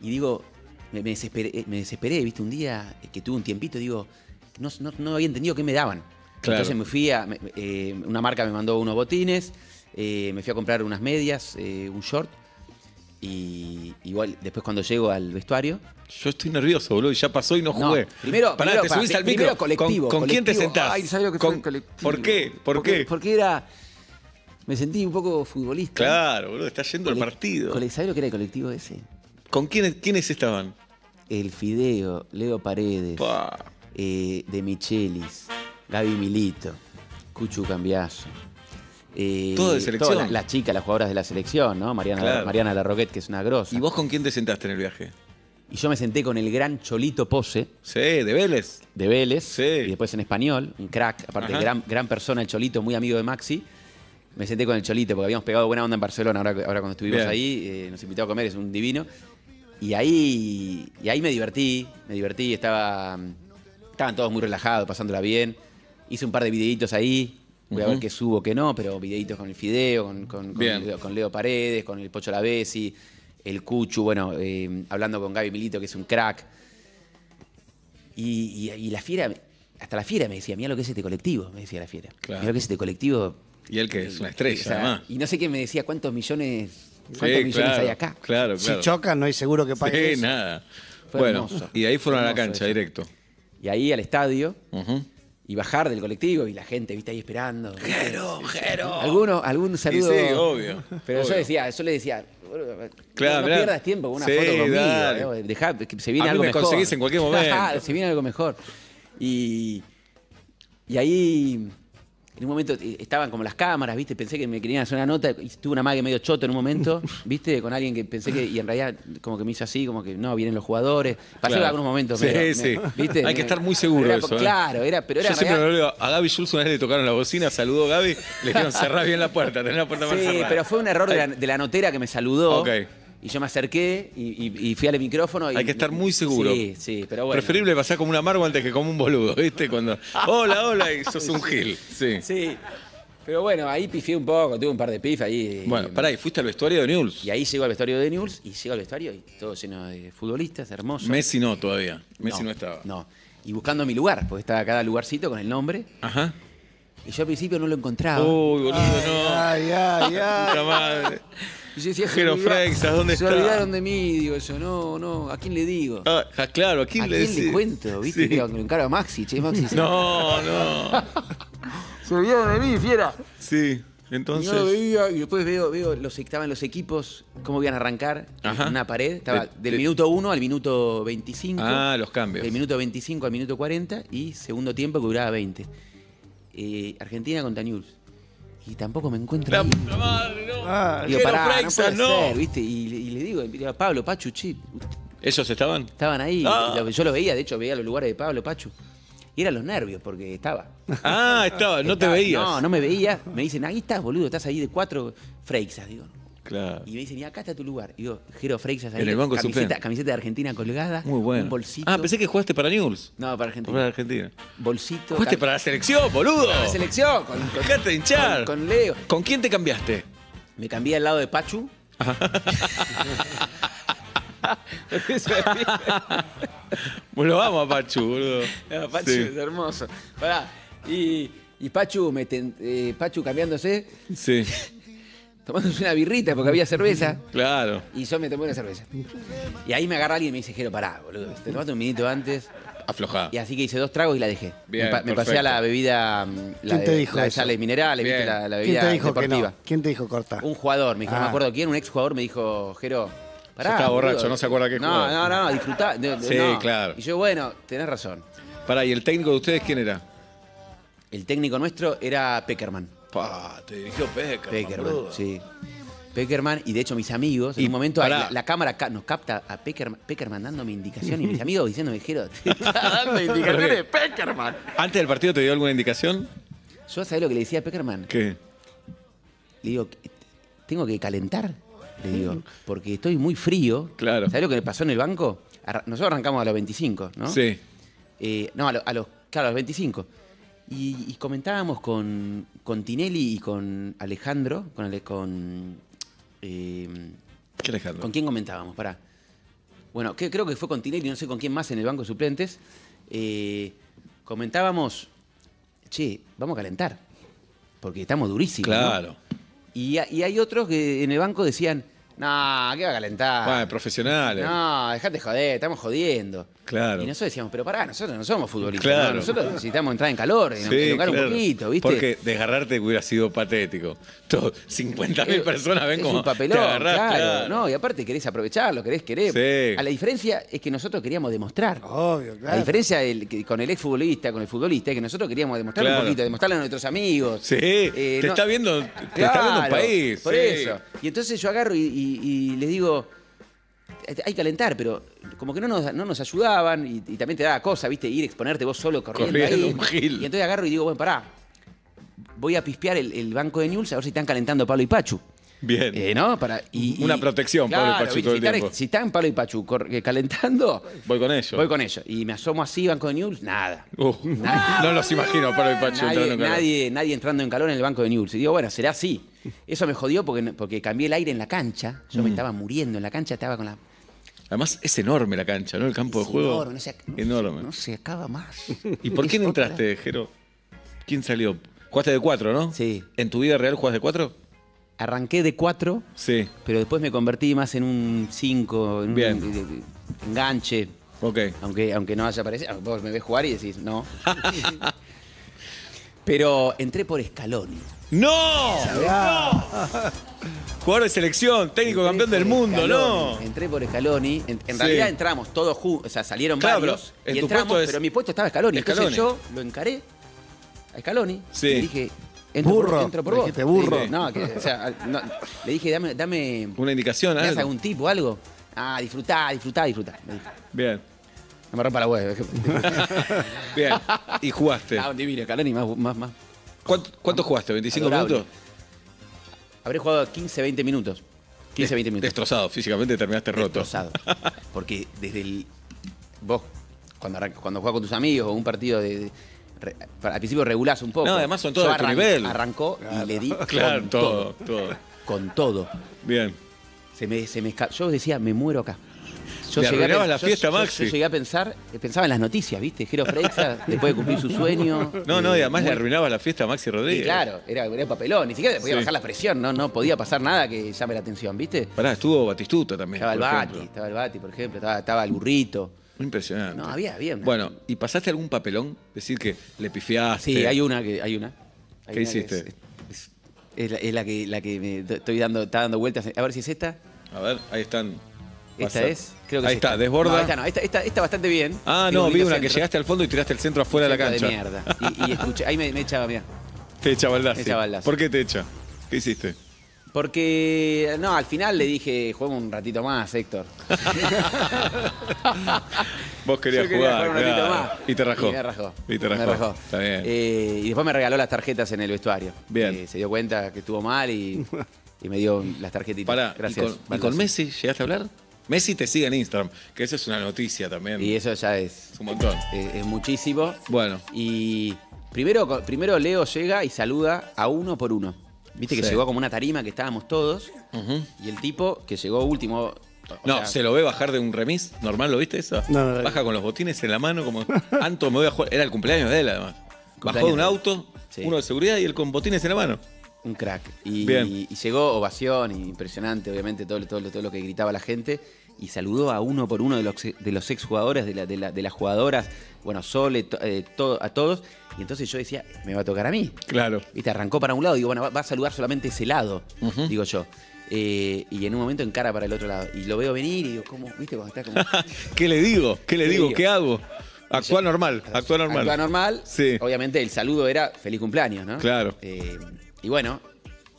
[SPEAKER 3] Y digo, me, me desesperé, eh, me desesperé, viste, un día que tuve un tiempito, digo, no, no- no había entendido qué me daban.
[SPEAKER 2] Claro.
[SPEAKER 3] Entonces me fui a. me- me- eh, una marca me mandó unos botines, eh, me fui a comprar unas medias, eh, un short. Y igual, después cuando llego al vestuario.
[SPEAKER 2] Yo estoy nervioso, boludo. y Ya pasó y no
[SPEAKER 3] No,
[SPEAKER 2] jugué.
[SPEAKER 3] primero-
[SPEAKER 2] Pará,
[SPEAKER 3] primero,
[SPEAKER 2] te
[SPEAKER 3] pará,
[SPEAKER 2] subís al
[SPEAKER 3] primero
[SPEAKER 2] micro.
[SPEAKER 3] colectivo,
[SPEAKER 2] ¿Con, con quién te
[SPEAKER 3] colectivo.
[SPEAKER 2] sentás?
[SPEAKER 3] Ay, ¿sabés lo que fue
[SPEAKER 2] ¿Con-
[SPEAKER 3] el colectivo?
[SPEAKER 2] ¿Por qué? ¿Por
[SPEAKER 3] porque,
[SPEAKER 2] qué?
[SPEAKER 3] Porque era. Me sentí un poco futbolista.
[SPEAKER 2] Claro, boludo. Está yendo al
[SPEAKER 3] Cole-
[SPEAKER 2] partido.
[SPEAKER 3] cole- ¿Sabés lo que era el colectivo ese?
[SPEAKER 2] ¿Con quiénes, quiénes estaban?
[SPEAKER 3] El Fideo, Leo Paredes,
[SPEAKER 2] Pa.
[SPEAKER 3] eh, De Michelis, Gaby Milito, Cuchu Cambiaso. eh,
[SPEAKER 2] Todo de selección.
[SPEAKER 3] todas las, las chicas, las jugadoras de la selección, ¿no? Mariana,
[SPEAKER 2] Claro.
[SPEAKER 3] Mariana Larroquet, que es una grosa.
[SPEAKER 2] ¿Y vos con quién te sentaste en el viaje?
[SPEAKER 3] Y yo me senté con el gran Cholito Pose
[SPEAKER 2] Sí, de Vélez.
[SPEAKER 3] de Vélez,
[SPEAKER 2] Sí.
[SPEAKER 3] y después en español, un crack, aparte
[SPEAKER 2] Ajá.
[SPEAKER 3] gran, gran persona, el Cholito, muy amigo de Maxi. Me senté con el Cholito porque habíamos pegado buena onda en Barcelona, ahora, ahora cuando estuvimos
[SPEAKER 2] Bien.
[SPEAKER 3] ahí, eh, nos invitó a comer, es un divino. Y ahí, y ahí me divertí, me divertí, estaba, mm, estaban todos muy relajados, pasándola bien. Hice un par de videitos ahí, voy a ver
[SPEAKER 2] Ujú.
[SPEAKER 3] qué subo, qué no, pero videitos con el Fideo, con, con- con
[SPEAKER 2] Bien.
[SPEAKER 3] Leo, con Leo Paredes, con el Pocho Lavesi, el Cuchu, bueno, eh, hablando con Gaby Milito, que es un crack. Y, y- y la fiera, hasta la fiera me decía, mira lo que es este colectivo, me decía la fiera.
[SPEAKER 2] Claro.
[SPEAKER 3] Mira lo que es este colectivo.
[SPEAKER 2] Y él que es una
[SPEAKER 3] O
[SPEAKER 2] estrella,
[SPEAKER 3] sea,
[SPEAKER 2] además.
[SPEAKER 3] Y no sé qué me decía, cuántos millones, cuántos
[SPEAKER 2] Sí,
[SPEAKER 3] millones
[SPEAKER 2] claro,
[SPEAKER 3] hay acá.
[SPEAKER 2] Claro,
[SPEAKER 1] Si
[SPEAKER 2] claro.
[SPEAKER 1] chocan, no hay seguro que pague.
[SPEAKER 2] Sí, nada.
[SPEAKER 3] Fue
[SPEAKER 2] bueno,
[SPEAKER 3] hermoso.
[SPEAKER 2] y de ahí fueron a la
[SPEAKER 3] Hermoso
[SPEAKER 2] cancha
[SPEAKER 3] eso.
[SPEAKER 2] directo.
[SPEAKER 3] Y ahí al estadio,
[SPEAKER 2] Ujú.
[SPEAKER 3] y bajar del colectivo, y la gente, viste, ahí esperando.
[SPEAKER 2] Jero, Jero.
[SPEAKER 3] Alguno, algún saludo.
[SPEAKER 2] sí, obvio,
[SPEAKER 3] Pero yo
[SPEAKER 2] obvio.
[SPEAKER 3] decía, yo le decía, "Boludo,
[SPEAKER 2] Claro,
[SPEAKER 3] no
[SPEAKER 2] mirá.
[SPEAKER 3] pierdas tiempo con una
[SPEAKER 2] Sí,
[SPEAKER 3] foto conmigo.
[SPEAKER 2] dale.
[SPEAKER 3] ¿no? Dejá, que se
[SPEAKER 2] A
[SPEAKER 3] viene
[SPEAKER 2] mí
[SPEAKER 3] algo
[SPEAKER 2] me
[SPEAKER 3] mejor.
[SPEAKER 2] conseguís en cualquier momento.
[SPEAKER 3] Ajá, se viene algo mejor. Y, y ahí, en un momento, eh, estaban como las cámaras, ¿viste? Pensé que me querían hacer una nota. y Tuve una mague medio choto en un
[SPEAKER 2] *laughs*
[SPEAKER 3] momento, ¿viste? Con alguien que pensé que, y en realidad, como que me hizo así, como que no, vienen los jugadores. Pasé
[SPEAKER 2] Claro.
[SPEAKER 3] algunos momentos.
[SPEAKER 2] Sí,
[SPEAKER 3] medio-
[SPEAKER 2] sí.
[SPEAKER 3] me- ¿viste?
[SPEAKER 2] Hay que
[SPEAKER 3] Me-
[SPEAKER 2] estar muy seguro
[SPEAKER 3] Era
[SPEAKER 2] de eso, ¿eh?
[SPEAKER 3] Claro, era, pero era
[SPEAKER 2] Yo
[SPEAKER 3] en
[SPEAKER 2] siempre
[SPEAKER 3] realidad-
[SPEAKER 2] lo leo. A Gaby Jules una vez le tocaron la bocina, saludó a Gaby, le
[SPEAKER 3] *laughs*
[SPEAKER 2] dijeron cerrar bien la puerta, tener la puerta más
[SPEAKER 3] Sí,
[SPEAKER 2] cerrada".
[SPEAKER 3] pero fue un error de la, de la notera que me saludó.
[SPEAKER 2] Ok.
[SPEAKER 3] Y yo me acerqué y, y- y fui al micrófono. y-
[SPEAKER 2] Hay que estar muy seguro.
[SPEAKER 3] Sí, sí, pero bueno.
[SPEAKER 2] Preferible pasar como un amargo antes que como un boludo, ¿viste? Cuando, hola, hola, y sos un gil. Sí.
[SPEAKER 3] Sí. Pero bueno, ahí pifié un poco, tuve un par de pif ahí. eh,
[SPEAKER 2] Bueno, pará, ¿y fuiste al vestuario de News?
[SPEAKER 3] Y ahí llego al vestuario de News y llego al vestuario y todo lleno de futbolistas, hermoso.
[SPEAKER 2] Messi no todavía. Messi no, estaba.
[SPEAKER 3] No. Y buscando mi lugar, porque estaba cada lugarcito con el nombre.
[SPEAKER 2] Ajá.
[SPEAKER 3] Y yo al principio no lo encontraba.
[SPEAKER 2] Uy, boludo,
[SPEAKER 3] Ah.
[SPEAKER 2] no.
[SPEAKER 1] Ay, ay, ay.
[SPEAKER 2] Puta madre.
[SPEAKER 3] Y yo decía, se
[SPEAKER 2] Jero
[SPEAKER 3] olvidaron-
[SPEAKER 2] Freixas, ¿dónde
[SPEAKER 3] Se
[SPEAKER 2] está?
[SPEAKER 3] olvidaron de mí, digo yo, no, no, ¿a quién le digo?
[SPEAKER 2] Ah, ja, claro, ¿a quién
[SPEAKER 3] ¿A
[SPEAKER 2] le
[SPEAKER 3] quién le
[SPEAKER 2] decís?
[SPEAKER 3] cuento? ¿Viste?
[SPEAKER 2] Sí.
[SPEAKER 3] Digo, que lo encargo a Maxi, che, Maxi.
[SPEAKER 2] *laughs*
[SPEAKER 3] se-
[SPEAKER 2] No,
[SPEAKER 3] *laughs*
[SPEAKER 2] no.
[SPEAKER 3] Se olvidaron de mí, fiera.
[SPEAKER 2] Sí,
[SPEAKER 3] Y no lo
[SPEAKER 2] entonces.
[SPEAKER 3] veía y después veo, veo los, estaban los equipos, cómo iban a arrancar
[SPEAKER 2] Ajá.
[SPEAKER 3] en una pared. Estaba
[SPEAKER 2] De-
[SPEAKER 3] del
[SPEAKER 2] de-
[SPEAKER 3] minuto 1 al minuto 25.
[SPEAKER 2] Ah, los cambios.
[SPEAKER 3] Del minuto 25 al minuto 40 y segundo tiempo que duraba 20. Eh, Argentina contra News. Y tampoco me encuentro.
[SPEAKER 2] La
[SPEAKER 3] ahí.
[SPEAKER 2] puta madre, no.
[SPEAKER 1] Ah,
[SPEAKER 3] Digo,
[SPEAKER 2] Jero
[SPEAKER 3] pará,
[SPEAKER 2] Freixas,
[SPEAKER 3] no puede
[SPEAKER 2] no.
[SPEAKER 3] ser, ¿viste? Y, le- y le digo, le digo, Pablo, Pachu, che,
[SPEAKER 2] ¿Ellos estaban?
[SPEAKER 3] estaban ahí.
[SPEAKER 2] Ah.
[SPEAKER 3] Lo- Yo lo veía, de hecho, veía los lugares de Pablo, Pachu. Y eran los nervios porque estaba.
[SPEAKER 2] Ah, estaban, no te
[SPEAKER 3] Estaba-
[SPEAKER 2] veías.
[SPEAKER 3] No, no me veías. Me dicen, ahí estás, boludo, estás ahí de cuatro Freixas, digo.
[SPEAKER 2] Claro.
[SPEAKER 3] Y me dicen, y acá está tu lugar. Y digo, Jero Freixas ahí.
[SPEAKER 2] En el banco
[SPEAKER 3] camiseta,
[SPEAKER 2] suplente.
[SPEAKER 3] camiseta de Argentina colgada.
[SPEAKER 2] Muy bueno.
[SPEAKER 3] Un bolsito.
[SPEAKER 2] Ah, pensé que jugaste para News.
[SPEAKER 3] No, para
[SPEAKER 2] Para
[SPEAKER 3] Argentina.
[SPEAKER 2] Argentina.
[SPEAKER 3] Bolsito.
[SPEAKER 2] Jugaste
[SPEAKER 3] cam-
[SPEAKER 2] para la selección, boludo.
[SPEAKER 3] Para la selección. Con, con-
[SPEAKER 2] Dejate de hinchar.
[SPEAKER 3] con- con Leo.
[SPEAKER 2] ¿Con quién te cambiaste?
[SPEAKER 3] Me cambié al lado de Pachu.
[SPEAKER 2] Bueno, vamos a Pachu, boludo.
[SPEAKER 3] *laughs* No, Pachu *laughs*
[SPEAKER 2] Sí.
[SPEAKER 3] Ah, es hermoso. Pará. Y Y Pachu, me ten- eh, Pachu cambiándose,
[SPEAKER 2] Sí,
[SPEAKER 3] tomándose una birrita porque había cerveza.
[SPEAKER 2] claro.
[SPEAKER 3] Y yo me tomé una cerveza. Y ahí me agarra alguien y me dice, Jero, pará, boludo. Te tomaste un minuto antes.
[SPEAKER 2] Aflojá.
[SPEAKER 3] Y así que hice dos tragos y la dejé.
[SPEAKER 2] Bien,
[SPEAKER 3] me, pa- me
[SPEAKER 2] perfecto.
[SPEAKER 3] pasé a la bebida. mm, La
[SPEAKER 1] ¿Quién
[SPEAKER 3] de,
[SPEAKER 1] te dijo
[SPEAKER 3] la de
[SPEAKER 1] eso?
[SPEAKER 3] sales minerales, ¿viste?
[SPEAKER 2] Bien.
[SPEAKER 3] La, la
[SPEAKER 1] ¿Quién
[SPEAKER 3] bebida
[SPEAKER 1] te dijo que
[SPEAKER 3] deportiva.
[SPEAKER 1] no? ¿Quién te dijo corta?
[SPEAKER 3] Un jugador, me dijo, no
[SPEAKER 1] Ah.
[SPEAKER 3] me acuerdo quién, un ex jugador me dijo, Jero,
[SPEAKER 2] Ya
[SPEAKER 3] pará.
[SPEAKER 2] estaba
[SPEAKER 3] boludo".
[SPEAKER 2] borracho, no se acuerda qué
[SPEAKER 3] No,
[SPEAKER 2] jugador.
[SPEAKER 3] no, no, disfrutá. de- de-
[SPEAKER 2] Sí,
[SPEAKER 3] no.
[SPEAKER 2] claro.
[SPEAKER 3] Y yo, bueno, tenés razón.
[SPEAKER 2] Pará, ¿y el técnico de ustedes quién era?
[SPEAKER 3] El técnico nuestro era Peckerman.
[SPEAKER 2] Pa, te dirigió Peckerman.
[SPEAKER 3] Peckerman,
[SPEAKER 2] boludo.
[SPEAKER 3] sí. Peckerman, y de hecho mis amigos, en
[SPEAKER 2] Y
[SPEAKER 3] un momento
[SPEAKER 2] pará.
[SPEAKER 3] la, la cámara ca- nos capta a Peckerman, Peckerman dándome
[SPEAKER 2] *laughs*
[SPEAKER 3] indicaciones y mis amigos diciéndome, Jero, te está dando indicaciones de Peckerman.
[SPEAKER 2] ¿Antes del partido te dio alguna indicación?
[SPEAKER 3] Yo, ¿sabés lo que le decía a Peckerman?
[SPEAKER 2] ¿Qué?
[SPEAKER 3] Le digo, tengo que calentar, le digo, porque estoy muy frío.
[SPEAKER 2] Mm. Claro.
[SPEAKER 3] ¿Sabés lo que me pasó en el banco? Arra- Nosotros arrancamos a los 25, ¿no?
[SPEAKER 2] Sí.
[SPEAKER 3] Eh, no, a, lo- a los, claro, a los 25. Y, y comentábamos con, con Tinelli y con Alejandro, con... Ale- con eh,
[SPEAKER 2] ¿Qué Alejandro?
[SPEAKER 3] ¿Con quién comentábamos? Pará. Bueno, que- creo que fue con Tinelli, no sé con quién más en el banco de suplentes. Eh, comentábamos, che, vamos a calentar, porque estamos durísimos. ¿no?".
[SPEAKER 2] Claro.
[SPEAKER 3] Y, ha- y hay otros que en el banco decían, no, ¿qué va a calentar?
[SPEAKER 2] Ah, profesionales.
[SPEAKER 3] No, dejate joder, estamos jodiendo.
[SPEAKER 2] Claro.
[SPEAKER 3] Y nosotros decíamos, pero pará, nosotros no somos futbolistas.
[SPEAKER 2] Claro.
[SPEAKER 3] ¿no? Nosotros necesitamos entrar en calor, en-
[SPEAKER 2] Sí,
[SPEAKER 3] enojar
[SPEAKER 2] claro.
[SPEAKER 3] un poquito, ¿viste?
[SPEAKER 2] Porque desgarrarte hubiera sido patético. Todo- 50.000
[SPEAKER 3] Eh,
[SPEAKER 2] personas ven
[SPEAKER 3] es
[SPEAKER 2] como
[SPEAKER 3] un papelón,
[SPEAKER 2] te agarrás,
[SPEAKER 3] claro,
[SPEAKER 2] claro.
[SPEAKER 3] No, y aparte querés aprovecharlo, querés querer.
[SPEAKER 2] Sí.
[SPEAKER 3] A la diferencia es que nosotros queríamos demostrar. La
[SPEAKER 1] Obvio, Oh, claro.
[SPEAKER 3] diferencia del- que- con el exfutbolista, con el futbolista, es que nosotros queríamos demostrar
[SPEAKER 2] Claro.
[SPEAKER 3] un poquito, demostrarle a nuestros amigos.
[SPEAKER 2] Sí,
[SPEAKER 3] Eh,
[SPEAKER 2] te
[SPEAKER 3] no-
[SPEAKER 2] está viendo, te está
[SPEAKER 3] Claro,
[SPEAKER 2] viendo un país.
[SPEAKER 3] Por
[SPEAKER 2] sí.
[SPEAKER 3] eso. Y entonces yo agarro y, y- y les digo, hay que calentar, pero como que no nos, no nos ayudaban y, y también te daba cosa, ¿viste? Ir a exponerte vos solo corriendo,
[SPEAKER 2] Corriendo,
[SPEAKER 3] ahí.
[SPEAKER 2] un gil.
[SPEAKER 3] Y entonces agarro y digo, bueno, pará, voy a pispear el, el banco de News a ver si están calentando Pablo y Pachu.
[SPEAKER 2] Bien.
[SPEAKER 3] Eh, ¿no? Para, y, y-
[SPEAKER 2] Una protección, Pablo y Pachu,
[SPEAKER 3] ¿viste?
[SPEAKER 2] todo
[SPEAKER 3] si
[SPEAKER 2] el
[SPEAKER 3] están,
[SPEAKER 2] tiempo.
[SPEAKER 3] Si están Pablo y Pachu cor- eh, calentando,
[SPEAKER 2] Voy con ellos.
[SPEAKER 3] voy con ellos. Y me asomo así, banco de News, nada.
[SPEAKER 2] Uh, *laughs* no los imagino, Pablo y Pachu entrando
[SPEAKER 3] Nadie,
[SPEAKER 2] en calor.
[SPEAKER 3] nadie, nadie entrando en calor en el banco de Newell's. Y digo, bueno, será así. Eso me jodió porque, porque cambié el aire en la cancha. Yo
[SPEAKER 2] Mm.
[SPEAKER 3] me estaba muriendo en la cancha, estaba con la.
[SPEAKER 2] Además, es enorme la cancha, ¿no? El campo de
[SPEAKER 3] Es
[SPEAKER 2] juego.
[SPEAKER 3] enorme, no se, ac- no se-
[SPEAKER 2] enorme.
[SPEAKER 3] no se acaba más.
[SPEAKER 2] ¿Y
[SPEAKER 3] *laughs*
[SPEAKER 2] por qué
[SPEAKER 3] Es
[SPEAKER 2] no
[SPEAKER 3] otra-
[SPEAKER 2] entraste, Jero? ¿Quién salió? Jugaste de cuatro, ¿no?
[SPEAKER 3] Sí.
[SPEAKER 2] ¿En tu vida real juegas de cuatro?
[SPEAKER 3] Arranqué de cuatro,
[SPEAKER 2] Sí.
[SPEAKER 3] pero después me convertí más en un cinco, en un
[SPEAKER 2] Bien.
[SPEAKER 3] de- de- enganche.
[SPEAKER 2] Ok.
[SPEAKER 3] Aunque, aunque no haya parecido. Vos me ves jugar y decís, no. *laughs* pero entré por escalón.
[SPEAKER 2] ¡No!
[SPEAKER 1] Ah,
[SPEAKER 2] Jugador de selección, técnico
[SPEAKER 3] Entré
[SPEAKER 2] campeón del
[SPEAKER 3] por
[SPEAKER 2] mundo, ¿no?
[SPEAKER 3] Scaloni, Entré por Scaloni. En, en
[SPEAKER 2] Sí.
[SPEAKER 3] realidad entramos todos juntos, o sea, salieron
[SPEAKER 2] Claro,
[SPEAKER 3] varios
[SPEAKER 2] pero en
[SPEAKER 3] y
[SPEAKER 2] tu
[SPEAKER 3] entramos,
[SPEAKER 2] puesto es-
[SPEAKER 3] pero mi puesto estaba Scaloni. Entonces
[SPEAKER 2] Scaloni.
[SPEAKER 3] yo lo encaré a Scaloni
[SPEAKER 2] Sí.
[SPEAKER 3] y le dije, entro
[SPEAKER 1] Burro,
[SPEAKER 3] por, entro por
[SPEAKER 1] le
[SPEAKER 3] vos.
[SPEAKER 1] dijiste, burro.
[SPEAKER 3] Le dije, no, que, o sea, no, le dije, dame, dame
[SPEAKER 2] Una indicación,
[SPEAKER 3] ¿me das
[SPEAKER 2] algo.
[SPEAKER 3] algún tipo, algo. Ah, disfrutá, disfrutá, disfrutá. Me dijo.
[SPEAKER 2] Bien,
[SPEAKER 3] No me rompa la *laughs* hueva.
[SPEAKER 2] bien. Y jugaste.
[SPEAKER 3] Ah, divino, Scaloni, más, más, más.
[SPEAKER 2] ¿Cuánto, cuánto jugaste? ¿25
[SPEAKER 3] Adorable.
[SPEAKER 2] minutos?
[SPEAKER 3] Habré jugado 15, 20 minutos. 15, 20 minutos.
[SPEAKER 2] Destrozado, físicamente terminaste roto.
[SPEAKER 3] Destrozado. Porque desde el. Vos, cuando, arran- cuando jugás con tus amigos o un partido de. de- re- al principio regulás un poco.
[SPEAKER 2] No, además son todos
[SPEAKER 3] Yo
[SPEAKER 2] de tu
[SPEAKER 3] arran-
[SPEAKER 2] nivel.
[SPEAKER 3] Arrancó y le
[SPEAKER 2] *laughs*
[SPEAKER 3] di
[SPEAKER 2] Claro,
[SPEAKER 3] con
[SPEAKER 2] todo,
[SPEAKER 3] todo.
[SPEAKER 2] todo.
[SPEAKER 3] Con todo.
[SPEAKER 2] Bien.
[SPEAKER 3] Se me, se me esca- Yo decía, me muero acá.
[SPEAKER 2] Le
[SPEAKER 3] llegué a
[SPEAKER 2] arruinabas
[SPEAKER 3] pen-
[SPEAKER 2] la fiesta,
[SPEAKER 3] yo,
[SPEAKER 2] Maxi.
[SPEAKER 3] Yo llegué a pensar, pensaba en las noticias, ¿viste?
[SPEAKER 2] *laughs*
[SPEAKER 3] Jero Freixa, después de cumplir su sueño.
[SPEAKER 2] No, no, y
[SPEAKER 3] eh,
[SPEAKER 2] además le
[SPEAKER 3] muere.
[SPEAKER 2] arruinaba la fiesta a Maxi Rodríguez.
[SPEAKER 3] Sí, claro, era, era papelón, ni siquiera podía
[SPEAKER 2] Sí.
[SPEAKER 3] bajar la presión, ¿no? no podía pasar nada que llame la atención, ¿viste?
[SPEAKER 2] Pará, estuvo Batistuta también.
[SPEAKER 3] Estaba el
[SPEAKER 2] por
[SPEAKER 3] Bati,
[SPEAKER 2] ejemplo.
[SPEAKER 3] estaba el Bati, por ejemplo, estaba, estaba el burrito.
[SPEAKER 2] Muy Impresionante.
[SPEAKER 3] No, había- había una-
[SPEAKER 2] Bueno, ¿y pasaste algún papelón? Decir que le pifiaste.
[SPEAKER 3] Sí, hay una que hay una. Hay
[SPEAKER 2] ¿Qué
[SPEAKER 3] una que
[SPEAKER 2] hiciste?
[SPEAKER 3] Es, es- es la, es la que la que me do- estoy dando está dando vueltas, a ver si es esta.
[SPEAKER 2] A ver, ahí están.
[SPEAKER 3] Esta
[SPEAKER 2] Pasa.
[SPEAKER 3] es, creo que
[SPEAKER 2] Ahí
[SPEAKER 3] es
[SPEAKER 2] está,
[SPEAKER 3] esta.
[SPEAKER 2] desborda.
[SPEAKER 3] No, esta no, esta, esta- esta bastante bien.
[SPEAKER 2] Ah,
[SPEAKER 3] Tiene
[SPEAKER 2] no,
[SPEAKER 3] un
[SPEAKER 2] vi
[SPEAKER 3] lindo
[SPEAKER 2] una que
[SPEAKER 3] centro,
[SPEAKER 2] llegaste al fondo y tiraste el centro afuera de la
[SPEAKER 3] centro
[SPEAKER 2] cancha.
[SPEAKER 3] De mierda. Y, y escuché, ahí me, me echaba, mira.
[SPEAKER 2] *laughs* Te echa baldazo.
[SPEAKER 3] Me echa baldazo.
[SPEAKER 2] ¿Por qué te echa? ¿Qué hiciste?
[SPEAKER 3] Porque no, al final le dije, juguemos un ratito más, Héctor.
[SPEAKER 2] Vos querías
[SPEAKER 3] Yo quería
[SPEAKER 2] jugar.
[SPEAKER 3] un ratito
[SPEAKER 2] claro.
[SPEAKER 3] más.
[SPEAKER 2] Y te rajó.
[SPEAKER 3] Y me rajó.
[SPEAKER 2] Y te
[SPEAKER 3] Me
[SPEAKER 2] rajó.
[SPEAKER 3] rajó.
[SPEAKER 2] Está bien.
[SPEAKER 3] Eh, y después me regaló las tarjetas en el vestuario.
[SPEAKER 2] Bien.
[SPEAKER 3] Eh, se dio cuenta que estuvo
[SPEAKER 2] *laughs*
[SPEAKER 3] mal y, y me dio las tarjetitas.
[SPEAKER 2] Pará,
[SPEAKER 3] Gracias.
[SPEAKER 2] ¿y con, y
[SPEAKER 3] Baldazo.
[SPEAKER 2] con Messi llegaste a hablar? Messi te sigue en Instagram, que eso es una noticia también.
[SPEAKER 3] Y eso ya es,
[SPEAKER 2] Es un montón.
[SPEAKER 3] es- es muchísimo.
[SPEAKER 2] Bueno.
[SPEAKER 3] Y primero, co- primero Leo llega y saluda a uno por uno. Viste que
[SPEAKER 2] Sí.
[SPEAKER 3] llegó como una tarima que estábamos todos. Y el tipo que llegó último. o
[SPEAKER 2] No,
[SPEAKER 3] sea,
[SPEAKER 2] se lo ve bajar de un remis, normal, ¿lo viste eso?
[SPEAKER 1] No, no,
[SPEAKER 2] *laughs*
[SPEAKER 1] no.
[SPEAKER 2] Baja con los botines en la mano como, Anto, me voy a jugar, era el cumpleaños de él además. Bajó de
[SPEAKER 3] Cumpleaños
[SPEAKER 2] un
[SPEAKER 3] de él.
[SPEAKER 2] auto,
[SPEAKER 3] Sí.
[SPEAKER 2] uno de seguridad y el con botines en la mano.
[SPEAKER 3] Un crack. Y,
[SPEAKER 2] Bien.
[SPEAKER 3] y llegó ovación, y impresionante, obviamente, todo, lo- todo, lo- todo lo que gritaba la gente. Y saludó a uno por uno de los, de los exjugadores, de, la- de la- de las jugadoras, bueno, Sole, to- eh, to- a todos. Y entonces yo decía, me va a tocar a mí.
[SPEAKER 2] Claro.
[SPEAKER 3] Y te arrancó para un lado, digo, bueno, va, va a saludar solamente ese lado, digo yo. Eh, y en un momento encara para el otro lado. Y lo veo venir y digo, ¿cómo? ¿Viste? Cuando está como.
[SPEAKER 2] ¿Qué le digo? ¿Qué le
[SPEAKER 3] ¿Qué
[SPEAKER 2] digo?
[SPEAKER 3] digo?
[SPEAKER 2] ¿Qué hago? Actúa normal, actúa normal.
[SPEAKER 3] Actúa normal.
[SPEAKER 2] Sí.
[SPEAKER 3] Obviamente el saludo era feliz cumpleaños, ¿no?
[SPEAKER 2] Claro.
[SPEAKER 3] Eh, y bueno,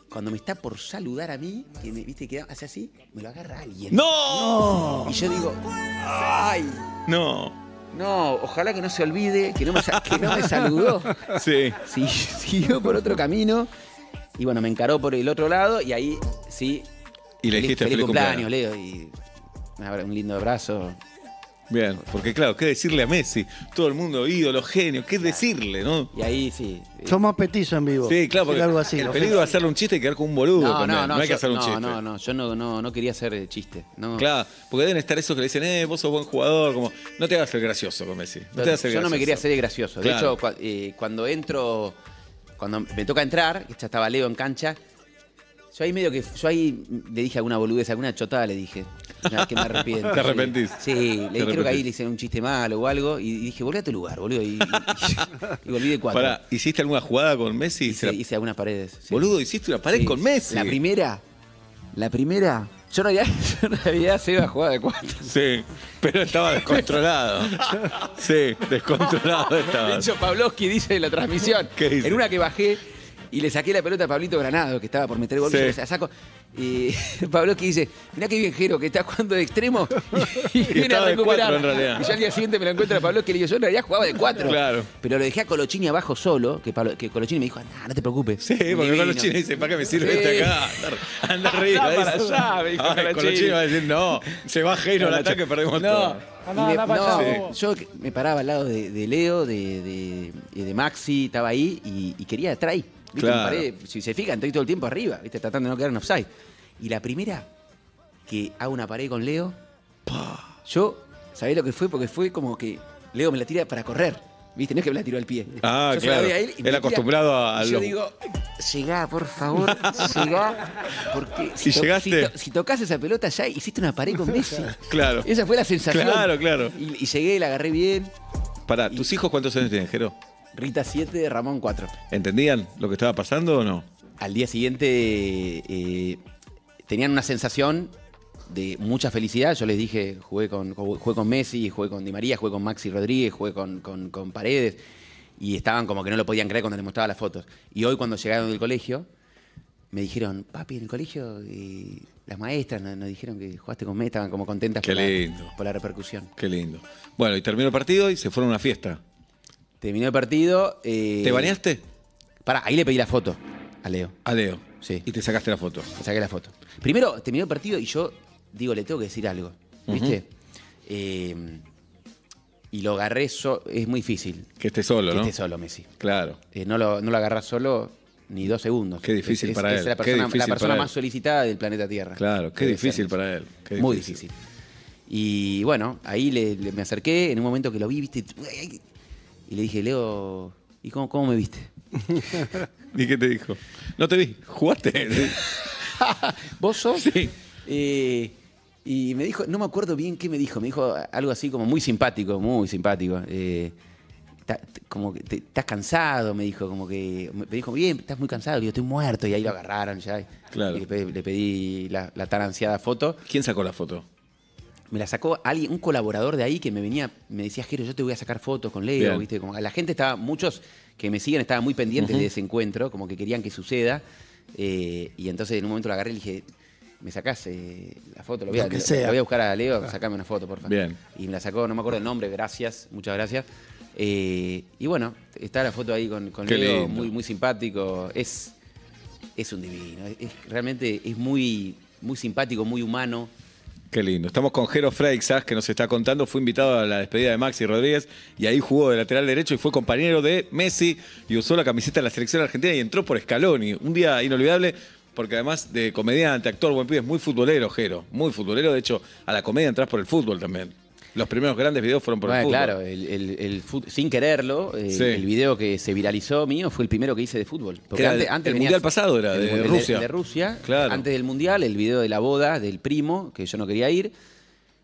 [SPEAKER 3] cuando me está por saludar a mí, que me- viste que hace así, me lo agarra alguien.
[SPEAKER 2] ¡No!
[SPEAKER 3] Y yo digo, ¡ay!
[SPEAKER 2] No.
[SPEAKER 3] No, ojalá que no se olvide que no me, sa- que no me
[SPEAKER 2] *laughs*
[SPEAKER 3] saludó.
[SPEAKER 2] Sí.
[SPEAKER 3] Sí, siguió por otro camino. Y bueno, me encaró por el otro lado y ahí sí.
[SPEAKER 2] Y le dijiste feliz cumpleaños.
[SPEAKER 3] Leo. Y un abra- un lindo abrazo.
[SPEAKER 2] Bien, porque claro, ¿qué decirle a Messi? Todo el mundo ídolo, genio, ¿qué decirle, no?
[SPEAKER 3] Y ahí sí.
[SPEAKER 1] Somos petizos en vivo.
[SPEAKER 2] Sí, claro, porque
[SPEAKER 1] Algo así,
[SPEAKER 2] el
[SPEAKER 1] ¿no?
[SPEAKER 2] peligro de hacerle un chiste y quedar con un boludo. Uh, también. hay que
[SPEAKER 3] yo-
[SPEAKER 2] hacer un
[SPEAKER 3] no,
[SPEAKER 2] chiste.
[SPEAKER 3] No, no, yo no, no, no quería hacer chiste. No.
[SPEAKER 2] Claro, porque deben estar esos que le dicen, eh, vos sos buen jugador, como, no te hagas el gracioso con Messi. No te hagas el
[SPEAKER 3] yo no me
[SPEAKER 2] gracioso".
[SPEAKER 3] quería hacer el gracioso. De
[SPEAKER 2] Claro.
[SPEAKER 3] hecho, cua- eh, cuando entro, cuando me toca entrar, que ya estaba Leo en cancha, yo ahí medio que, yo ahí le dije alguna boludez, alguna chotada le dije. Una que
[SPEAKER 2] *laughs*
[SPEAKER 3] me arrepiento.
[SPEAKER 2] Te arrepentís.
[SPEAKER 3] Sí, le- creo
[SPEAKER 2] arrepentís.
[SPEAKER 3] que ahí le hice un chiste malo o algo y dije, volví a tu lugar, boludo. Y, y- y volví de cuatro.
[SPEAKER 2] Pará, ¿hiciste alguna jugada con Messi? Se
[SPEAKER 3] hice,
[SPEAKER 2] la-
[SPEAKER 3] hice algunas paredes. sí.
[SPEAKER 2] Boludo, hiciste una pared
[SPEAKER 3] Sí.
[SPEAKER 2] con Messi.
[SPEAKER 3] La primera, la primera, yo en realidad, *laughs* yo en realidad se iba a jugar de cuatro.
[SPEAKER 2] Sí, pero estaba
[SPEAKER 3] *laughs*
[SPEAKER 2] descontrolado. Sí, descontrolado
[SPEAKER 3] De
[SPEAKER 2] estaba.
[SPEAKER 3] hecho, Pavlovsky dice en la transmisión.
[SPEAKER 2] ¿Qué dice?
[SPEAKER 3] En una que bajé y le saqué la pelota a Pablito Granado, que estaba por meter gol,
[SPEAKER 2] Sí.
[SPEAKER 3] yo la saco. Y *laughs* Pavlovsky dice, mirá qué viejero que está jugando de
[SPEAKER 2] *laughs*
[SPEAKER 3] extremo y, viene a
[SPEAKER 2] estaba de
[SPEAKER 3] recuperar.
[SPEAKER 2] cuatro, en realidad.
[SPEAKER 3] Y yo al día siguiente me lo encuentro a Pavlovsky y le digo, yo en realidad jugaba de cuatro.
[SPEAKER 2] Claro.
[SPEAKER 3] Pero lo dejé a Colochini abajo solo, que, Pablo- que Colochini me dijo, "Andá, no te preocupes.
[SPEAKER 2] Sí, porque
[SPEAKER 3] Divino.
[SPEAKER 2] con los chinos dice, ¿para qué me sirve
[SPEAKER 3] Sí.
[SPEAKER 2] este acá? Anda, Anda arriba.
[SPEAKER 4] Anda para
[SPEAKER 2] dice.
[SPEAKER 4] allá, me dijo
[SPEAKER 2] Ay,
[SPEAKER 4] Colochini.
[SPEAKER 2] con los chinos va a decir, no, se va Heino al ataque, perdemos todo.
[SPEAKER 3] Y
[SPEAKER 4] Andá,
[SPEAKER 3] me-
[SPEAKER 4] andá pa' allá,
[SPEAKER 3] no,
[SPEAKER 4] vos.
[SPEAKER 3] yo que- me paraba al lado de, de Leo, de, de- y de Maxi, estaba ahí y, y quería atrás. ¿Viste? Me
[SPEAKER 2] Claro.
[SPEAKER 3] paré, si se fijan, estoy todo el tiempo arriba, ¿viste? tratando de no quedar en offside. Y la primera que hago una pared con Leo, ¡pah! yo, ¿sabés lo que fue? Porque fue como que Leo me la tira para correr. ¿Viste? No es que me la tiró al pie.
[SPEAKER 2] Ah,
[SPEAKER 3] Yo se la
[SPEAKER 2] claro.
[SPEAKER 3] doy a él y me
[SPEAKER 2] Él
[SPEAKER 3] tira.
[SPEAKER 2] acostumbrado a-
[SPEAKER 3] Y
[SPEAKER 2] a
[SPEAKER 3] Yo
[SPEAKER 2] lo-
[SPEAKER 3] digo, llegá, por favor, llegá.
[SPEAKER 2] *laughs*
[SPEAKER 3] Porque
[SPEAKER 2] ¿Y llegaste?
[SPEAKER 3] si to- si tocas esa pelota ya hiciste una
[SPEAKER 2] *laughs*
[SPEAKER 3] pared con Messi.
[SPEAKER 2] Claro.
[SPEAKER 3] Esa fue la sensación.
[SPEAKER 2] Claro, claro.
[SPEAKER 3] Y, y llegué, la agarré bien.
[SPEAKER 2] Pará, ¿tus hijos cuántos años tienen, Jero?
[SPEAKER 3] Rita 7, Ramón 4.
[SPEAKER 2] ¿Entendían lo que estaba pasando o no?
[SPEAKER 3] Al día siguiente eh, tenían una sensación de mucha felicidad. Yo les dije, jugué con, jugué con Messi, jugué con Di María, jugué con Maxi Rodríguez, jugué con, con- con Paredes. Y estaban como que no lo podían creer cuando les mostraba las fotos. Y hoy cuando llegaron del colegio, me dijeron, papi, en el colegio eh, las maestras nos, nos dijeron que jugaste con Messi, estaban como contentas
[SPEAKER 2] Qué
[SPEAKER 3] por la-
[SPEAKER 2] lindo.
[SPEAKER 3] por la repercusión.
[SPEAKER 2] Qué lindo. Bueno, y terminó el partido y se fueron a una fiesta.
[SPEAKER 3] Terminó el partido. eh,
[SPEAKER 2] ¿Te bañaste?
[SPEAKER 3] Pará, ahí le pedí la foto a Leo.
[SPEAKER 2] A Leo.
[SPEAKER 3] Sí.
[SPEAKER 2] Y te sacaste la foto.
[SPEAKER 3] Le saqué la foto. Primero, terminó el partido y yo digo, le tengo que decir algo. ¿Viste? Eh, y lo agarré. so- es muy difícil
[SPEAKER 2] Que esté solo,
[SPEAKER 3] que
[SPEAKER 2] ¿no?
[SPEAKER 3] esté solo, Messi.
[SPEAKER 2] Claro.
[SPEAKER 3] Eh, no, lo, no lo agarrás solo ni dos segundos.
[SPEAKER 2] Qué difícil para
[SPEAKER 3] es
[SPEAKER 2] él,
[SPEAKER 3] la
[SPEAKER 2] qué
[SPEAKER 3] persona,
[SPEAKER 2] difícil
[SPEAKER 3] la persona
[SPEAKER 2] para
[SPEAKER 3] más
[SPEAKER 2] él.
[SPEAKER 3] solicitada del planeta Tierra.
[SPEAKER 2] Claro, qué
[SPEAKER 3] Debe
[SPEAKER 2] difícil
[SPEAKER 3] ser.
[SPEAKER 2] para él, qué
[SPEAKER 3] Muy
[SPEAKER 2] difícil.
[SPEAKER 3] difícil. Y bueno, ahí le, le- me acerqué, en un momento que lo vi, viste, y le dije, Leo, ¿y cómo, cómo me viste?
[SPEAKER 2] ¿Y qué te dijo? No te vi.
[SPEAKER 3] *laughs*
[SPEAKER 2] ¿Jugaste? Sí.
[SPEAKER 3] ¿Vos sos?
[SPEAKER 2] Sí.
[SPEAKER 3] Eh, y me dijo, no me acuerdo bien qué me dijo, me dijo algo así como muy simpático, muy simpático. eh, ta- t- como que te- estás cansado, me dijo, como que me dijo, bien, estás muy cansado, le digo, estoy muerto, y ahí lo agarraron ya.
[SPEAKER 2] Claro.
[SPEAKER 3] Y le, pe- le pedí la, la tan ansiada foto.
[SPEAKER 2] ¿Quién sacó la foto?
[SPEAKER 3] Me la sacó alguien, un colaborador de ahí que me venía, me decía, Jero, yo te voy a sacar fotos con Leo,
[SPEAKER 2] Bien.
[SPEAKER 3] ¿viste? Como, la gente estaba, muchos que me siguen estaban muy pendientes de ese encuentro, como que querían que suceda. eh, y entonces en un momento la agarré y le dije, me sacás eh, la foto, lo voy, a,
[SPEAKER 1] Lo que
[SPEAKER 3] lo-
[SPEAKER 1] sea.
[SPEAKER 3] lo voy a buscar a Leo, sacame una foto, por favor.
[SPEAKER 2] Bien.
[SPEAKER 3] Y me la sacó, no me acuerdo el nombre, gracias, muchas gracias. Eh, y bueno, está la foto ahí con, con
[SPEAKER 2] Qué
[SPEAKER 3] Leo,
[SPEAKER 2] lindo.
[SPEAKER 3] muy, muy simpático. Es, es un divino, es- es- realmente es muy, muy simpático, muy humano.
[SPEAKER 2] Qué lindo. Estamos con Jero Freixas, que nos está contando. Fue invitado a la despedida de Maxi Rodríguez y ahí jugó de lateral derecho y fue compañero de Messi y usó la camiseta de la selección argentina y entró por Scaloni. Un día inolvidable porque además de comediante, actor, buen pibe, es muy futbolero, Jero. Muy futbolero. De hecho, a la comedia entras por el fútbol también. Los primeros grandes videos fueron por el
[SPEAKER 3] Bueno,
[SPEAKER 2] fútbol.
[SPEAKER 3] claro, el, el- el fut- sin quererlo, eh,
[SPEAKER 2] Sí.
[SPEAKER 3] el video que se viralizó mío fue el primero que hice de fútbol.
[SPEAKER 2] Que era el- el Mundial pasado era,
[SPEAKER 3] el
[SPEAKER 2] de
[SPEAKER 3] Mundial
[SPEAKER 2] Rusia.
[SPEAKER 3] De, Rusia.
[SPEAKER 2] Claro.
[SPEAKER 3] Antes del Mundial, el video de la boda del primo, que yo no quería ir.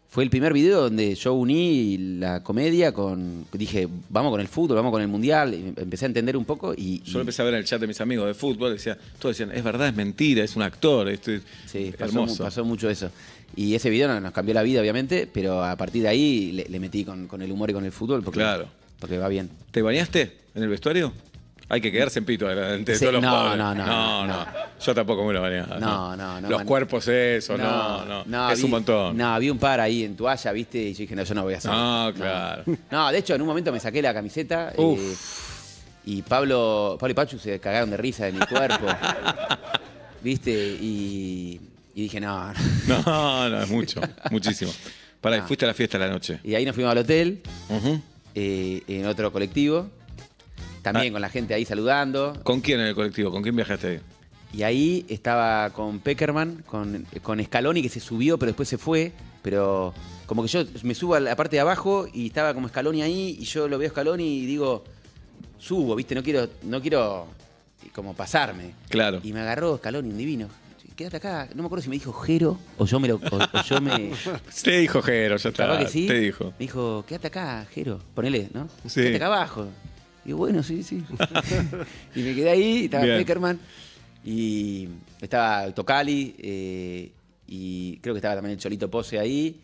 [SPEAKER 3] Fue el primer video donde yo uní la comedia con. Dije, vamos con el fútbol, vamos con el mundial. y Empecé a entender un poco y.
[SPEAKER 2] Yo lo
[SPEAKER 3] y-
[SPEAKER 2] empecé a ver en el chat de mis amigos de fútbol, decía, todos decían, es verdad, es mentira, es un actor, esto es
[SPEAKER 3] Sí, pasó, mu-
[SPEAKER 2] hermoso.
[SPEAKER 3] pasó mucho eso. Y ese video no- nos cambió la vida, obviamente, pero a partir de ahí le, le metí con, con el humor y con el fútbol porque,
[SPEAKER 2] Claro.
[SPEAKER 3] porque va bien.
[SPEAKER 2] ¿Te bañaste en el vestuario? Hay que quedarse en pito delante de
[SPEAKER 3] Sí,
[SPEAKER 2] todos los
[SPEAKER 3] no,
[SPEAKER 2] padres.
[SPEAKER 3] no, no,
[SPEAKER 2] no,
[SPEAKER 3] no.
[SPEAKER 2] no. Yo tampoco me lo bañaba.
[SPEAKER 3] No, no, no,
[SPEAKER 2] Los
[SPEAKER 3] man-
[SPEAKER 2] cuerpos eso, no, no. es
[SPEAKER 3] vi-
[SPEAKER 2] un montón.
[SPEAKER 3] No, vi un par ahí en toalla, viste, y yo dije, no, yo no voy a hacer.
[SPEAKER 2] No,
[SPEAKER 3] eso.
[SPEAKER 2] claro.
[SPEAKER 3] No, de hecho, en un momento me saqué la camiseta eh, y Pablo, Pablo y Pachu se cagaron de risa de mi
[SPEAKER 2] *laughs*
[SPEAKER 3] cuerpo. viste, y, y dije, no, no.
[SPEAKER 2] No, no, es
[SPEAKER 3] *laughs*
[SPEAKER 2] mucho, muchísimo. Pará, y
[SPEAKER 3] Ah.
[SPEAKER 2] fuiste a la fiesta a la noche.
[SPEAKER 3] Y de ahí nos fuimos al hotel,
[SPEAKER 2] Ujú.
[SPEAKER 3] eh, en otro colectivo,
[SPEAKER 2] Ah.
[SPEAKER 3] también con la gente ahí saludando.
[SPEAKER 2] ¿Con quién en el colectivo? ¿Con quién viajaste ahí?
[SPEAKER 3] Y ahí estaba con Peckerman, con, con Scaloni, que se subió, pero después se fue. Pero como que yo me subo a la parte de abajo y estaba como Scaloni ahí, y yo lo veo a Scaloni y digo, subo, ¿viste? No quiero, no quiero eh, como pasarme.
[SPEAKER 2] Claro.
[SPEAKER 3] Y me agarró Scaloni, un divino. Quédate acá. No me acuerdo si me dijo Jero o yo me lo. O, o yo me.
[SPEAKER 2] Te dijo Jero, ya está.
[SPEAKER 3] pues, capaz que sí.
[SPEAKER 2] Te dijo.
[SPEAKER 3] Me dijo, quédate acá, Jero. Ponele, ¿no?
[SPEAKER 2] Sí.
[SPEAKER 3] Quédate acá abajo. Y yo, bueno, sí, sí. *laughs* y me quedé ahí, y estaba
[SPEAKER 2] Bien.
[SPEAKER 3] Peckerman. Y estaba Tocali. eh, y creo que estaba también el Cholito Pose ahí.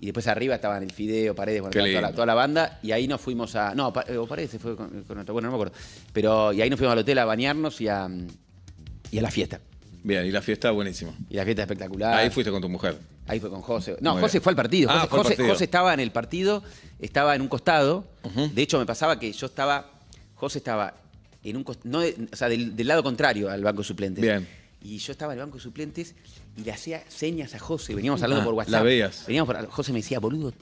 [SPEAKER 3] Y después arriba estaban el Fideo, Paredes, bueno,
[SPEAKER 2] Qué
[SPEAKER 3] estaba toda la,
[SPEAKER 2] lindo.
[SPEAKER 3] toda la banda. Y ahí nos fuimos a. No, Pa- eh, o Paredes se fue con, con otro. Bueno, no me acuerdo. Pero, y ahí nos fuimos al hotel a bañarnos y a, y a la fiesta.
[SPEAKER 2] Bien, y la fiesta, buenísimo.
[SPEAKER 3] Y la fiesta espectacular.
[SPEAKER 2] Ahí fuiste con tu mujer.
[SPEAKER 3] Ahí fue con José. No,
[SPEAKER 2] Muy
[SPEAKER 3] José
[SPEAKER 2] bien.
[SPEAKER 3] fue al partido.
[SPEAKER 2] Ah,
[SPEAKER 3] José,
[SPEAKER 2] fue al
[SPEAKER 3] José-
[SPEAKER 2] partido.
[SPEAKER 3] José estaba en el partido, estaba en un costado. De hecho, me pasaba que yo estaba. José estaba en un costado. o sea, del, del lado contrario al banco de suplentes.
[SPEAKER 2] Bien.
[SPEAKER 3] Y yo estaba en el banco de suplentes y le hacía señas a José. Veníamos hablando
[SPEAKER 2] Ah,
[SPEAKER 3] por WhatsApp.
[SPEAKER 2] la veías.
[SPEAKER 3] Veníamos por- José me decía, boludo.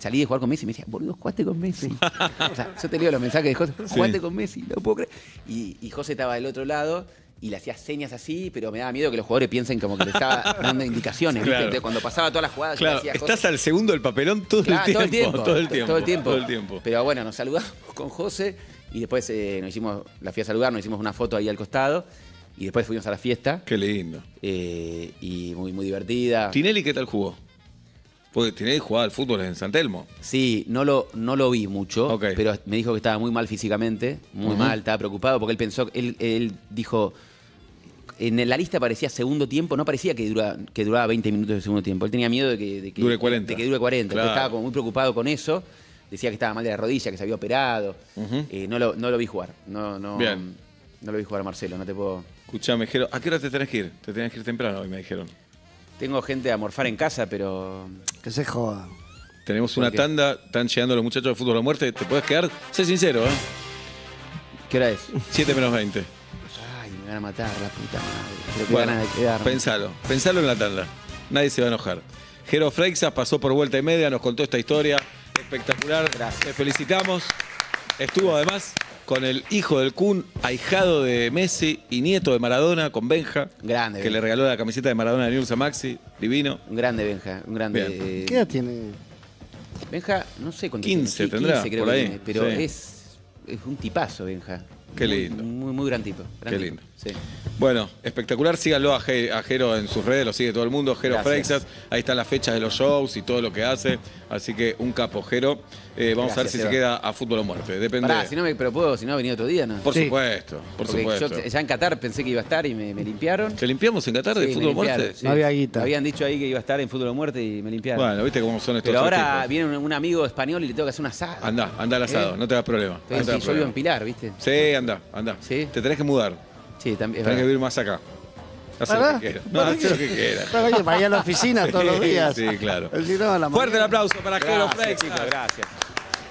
[SPEAKER 3] Salí de jugar con Messi y me decía, boludo, jugaste con
[SPEAKER 2] *laughs*
[SPEAKER 3] Messi. o sea, yo te leo los mensajes de José, jugaste con Messi, no puedo creer. Y, y José estaba del otro lado y le hacía señas así, pero me daba miedo que los jugadores piensen como que le estaba dando indicaciones. ¿viste?
[SPEAKER 2] Claro.
[SPEAKER 3] Entonces, cuando pasaba todas las jugadas, Ah, yo
[SPEAKER 2] Claro,
[SPEAKER 3] hacía cosas-
[SPEAKER 2] estás al segundo del papelón todo,
[SPEAKER 3] Claro,
[SPEAKER 2] el tiempo, todo el tiempo.
[SPEAKER 3] Todo el tiempo.
[SPEAKER 2] todo el tiempo.
[SPEAKER 3] Pero bueno, nos saludamos con José y después eh, nos hicimos, la fui a saludar, nos hicimos una foto ahí al costado y después fuimos a la fiesta
[SPEAKER 2] Qué lindo.
[SPEAKER 3] eh, y muy, muy divertida.
[SPEAKER 2] ¿Tinelli qué tal jugó? Porque Tinelli jugaba al fútbol en San Telmo.
[SPEAKER 3] Sí, no lo, no lo vi mucho,
[SPEAKER 2] Ok.
[SPEAKER 3] pero me dijo que estaba muy mal físicamente, muy mal, estaba preocupado porque él pensó, él, él dijo, en la lista parecía segundo tiempo, no parecía que, dura, que duraba 20 minutos de segundo tiempo, él tenía miedo de que, de que-
[SPEAKER 2] Dure 40.
[SPEAKER 3] de que dure 40,
[SPEAKER 2] Claro.
[SPEAKER 3] entonces estaba como muy preocupado con eso, decía que estaba mal de la rodilla, que se había operado, Eh, no, lo, no lo vi jugar, no, no,
[SPEAKER 2] Bien.
[SPEAKER 3] no lo vi jugar a Marcelo, no te puedo...
[SPEAKER 2] Escuchame, Jero, ¿a qué hora te tenés que ir? Te tenés que ir temprano hoy, me dijeron.
[SPEAKER 3] Tengo gente a morfar en casa, pero...
[SPEAKER 1] Que se joda.
[SPEAKER 2] Tenemos
[SPEAKER 3] ¿Por
[SPEAKER 2] una
[SPEAKER 3] qué?
[SPEAKER 2] tanda, están llegando los muchachos de fútbol a muerte. ¿Te puedes quedar? Sé sincero, ¿eh?
[SPEAKER 3] ¿Qué
[SPEAKER 2] *laughs*
[SPEAKER 3] hora es?
[SPEAKER 2] 7 menos 20.
[SPEAKER 3] Ay, me van a matar, la puta madre. Pero qué
[SPEAKER 2] Bueno,
[SPEAKER 3] ganas de quedarme.
[SPEAKER 2] pensalo, pensalo en la tanda. Nadie se va a enojar. Jero Freixas pasó por vuelta y media, nos contó esta historia espectacular.
[SPEAKER 3] Gracias.
[SPEAKER 2] Te felicitamos. Estuvo además con el hijo del Kun, ahijado de Messi y nieto de Maradona, con Benja.
[SPEAKER 3] Grande,
[SPEAKER 2] Que
[SPEAKER 3] Benja.
[SPEAKER 2] le regaló la camiseta de Maradona de News a Maxi. Divino.
[SPEAKER 3] Un grande Benja, un grande.
[SPEAKER 2] Bien.
[SPEAKER 3] eh,
[SPEAKER 1] ¿Qué edad tiene?
[SPEAKER 3] Benja, no sé cuánto
[SPEAKER 2] 15
[SPEAKER 3] tiene, sí,
[SPEAKER 2] tendrá,
[SPEAKER 3] creo
[SPEAKER 2] por
[SPEAKER 3] que
[SPEAKER 2] ahí,
[SPEAKER 3] tiene, pero
[SPEAKER 2] sí.
[SPEAKER 3] es, es un tipazo, Benja.
[SPEAKER 2] Qué
[SPEAKER 3] Muy-
[SPEAKER 2] lindo.
[SPEAKER 3] Muy, muy, gran tipo. gran
[SPEAKER 2] Qué
[SPEAKER 3] tipo,
[SPEAKER 2] lindo.
[SPEAKER 3] sí.
[SPEAKER 2] Bueno, espectacular. Síganlo a, Je- a Jero en sus redes, lo sigue todo el mundo. Jero
[SPEAKER 3] Gracias.
[SPEAKER 2] Freixas. Ahí están las fechas de los shows y todo lo que hace. Así que un capo, Jero. Eh, vamos a ver
[SPEAKER 3] Gracias,
[SPEAKER 2] si
[SPEAKER 3] Seba.
[SPEAKER 2] se queda a fútbol o muerte. Depende.
[SPEAKER 3] Pará, si no me, pero puedo, si no, venir otro día, ¿no?
[SPEAKER 2] Por
[SPEAKER 1] Sí.
[SPEAKER 2] supuesto, por
[SPEAKER 3] Porque
[SPEAKER 2] supuesto.
[SPEAKER 3] yo ya en Qatar pensé que iba a estar y me, me limpiaron.
[SPEAKER 2] ¿Te limpiamos en Qatar
[SPEAKER 3] Sí,
[SPEAKER 2] de
[SPEAKER 3] me
[SPEAKER 2] fútbol o muerte?
[SPEAKER 3] limpiaron,
[SPEAKER 1] No había guita.
[SPEAKER 3] Me habían dicho ahí que iba a estar en fútbol o muerte y me limpiaron.
[SPEAKER 2] Bueno, viste cómo son estos
[SPEAKER 3] pero ahora
[SPEAKER 2] tipos.
[SPEAKER 3] viene un, un amigo español y le tengo que hacer un asado.
[SPEAKER 2] Andá, andá al asado,
[SPEAKER 3] ¿Eh?
[SPEAKER 2] no te das problema.
[SPEAKER 3] Estoy
[SPEAKER 2] no te
[SPEAKER 3] en-
[SPEAKER 2] das
[SPEAKER 3] yo vivo en
[SPEAKER 2] problema.
[SPEAKER 3] Pilar, ¿viste?
[SPEAKER 2] Sí, andá, andá.
[SPEAKER 3] Sí.
[SPEAKER 2] Te tenés que mudar,
[SPEAKER 3] Sí, también.
[SPEAKER 2] tenés
[SPEAKER 3] es
[SPEAKER 2] que
[SPEAKER 3] verdad.
[SPEAKER 2] vivir más acá. Haz lo
[SPEAKER 1] ¿Verdad?
[SPEAKER 2] que quieras. No, haz lo que quieras.
[SPEAKER 1] Para ir para ir a la oficina todos los
[SPEAKER 2] Sí,
[SPEAKER 1] días.
[SPEAKER 2] sí, claro.
[SPEAKER 1] El si no, a la
[SPEAKER 2] Fuerte el
[SPEAKER 1] mañana-
[SPEAKER 2] aplauso para Jero
[SPEAKER 3] Gracias,
[SPEAKER 2] Flex.
[SPEAKER 3] chicos, gracias.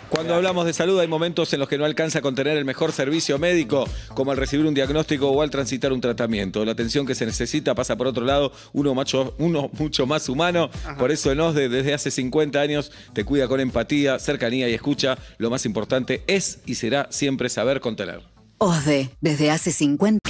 [SPEAKER 2] Cuando hablamos de salud hay momentos en los que no alcanza con tener el mejor servicio médico, como al recibir un diagnóstico o al transitar un tratamiento. La atención que se necesita pasa por otro lado, uno, macho- uno mucho más humano. Por eso ENOSDE desde hace 50 años te cuida con empatía, cercanía y escucha. Lo más importante es y será siempre saber contener.
[SPEAKER 4] OSDE, desde hace 50.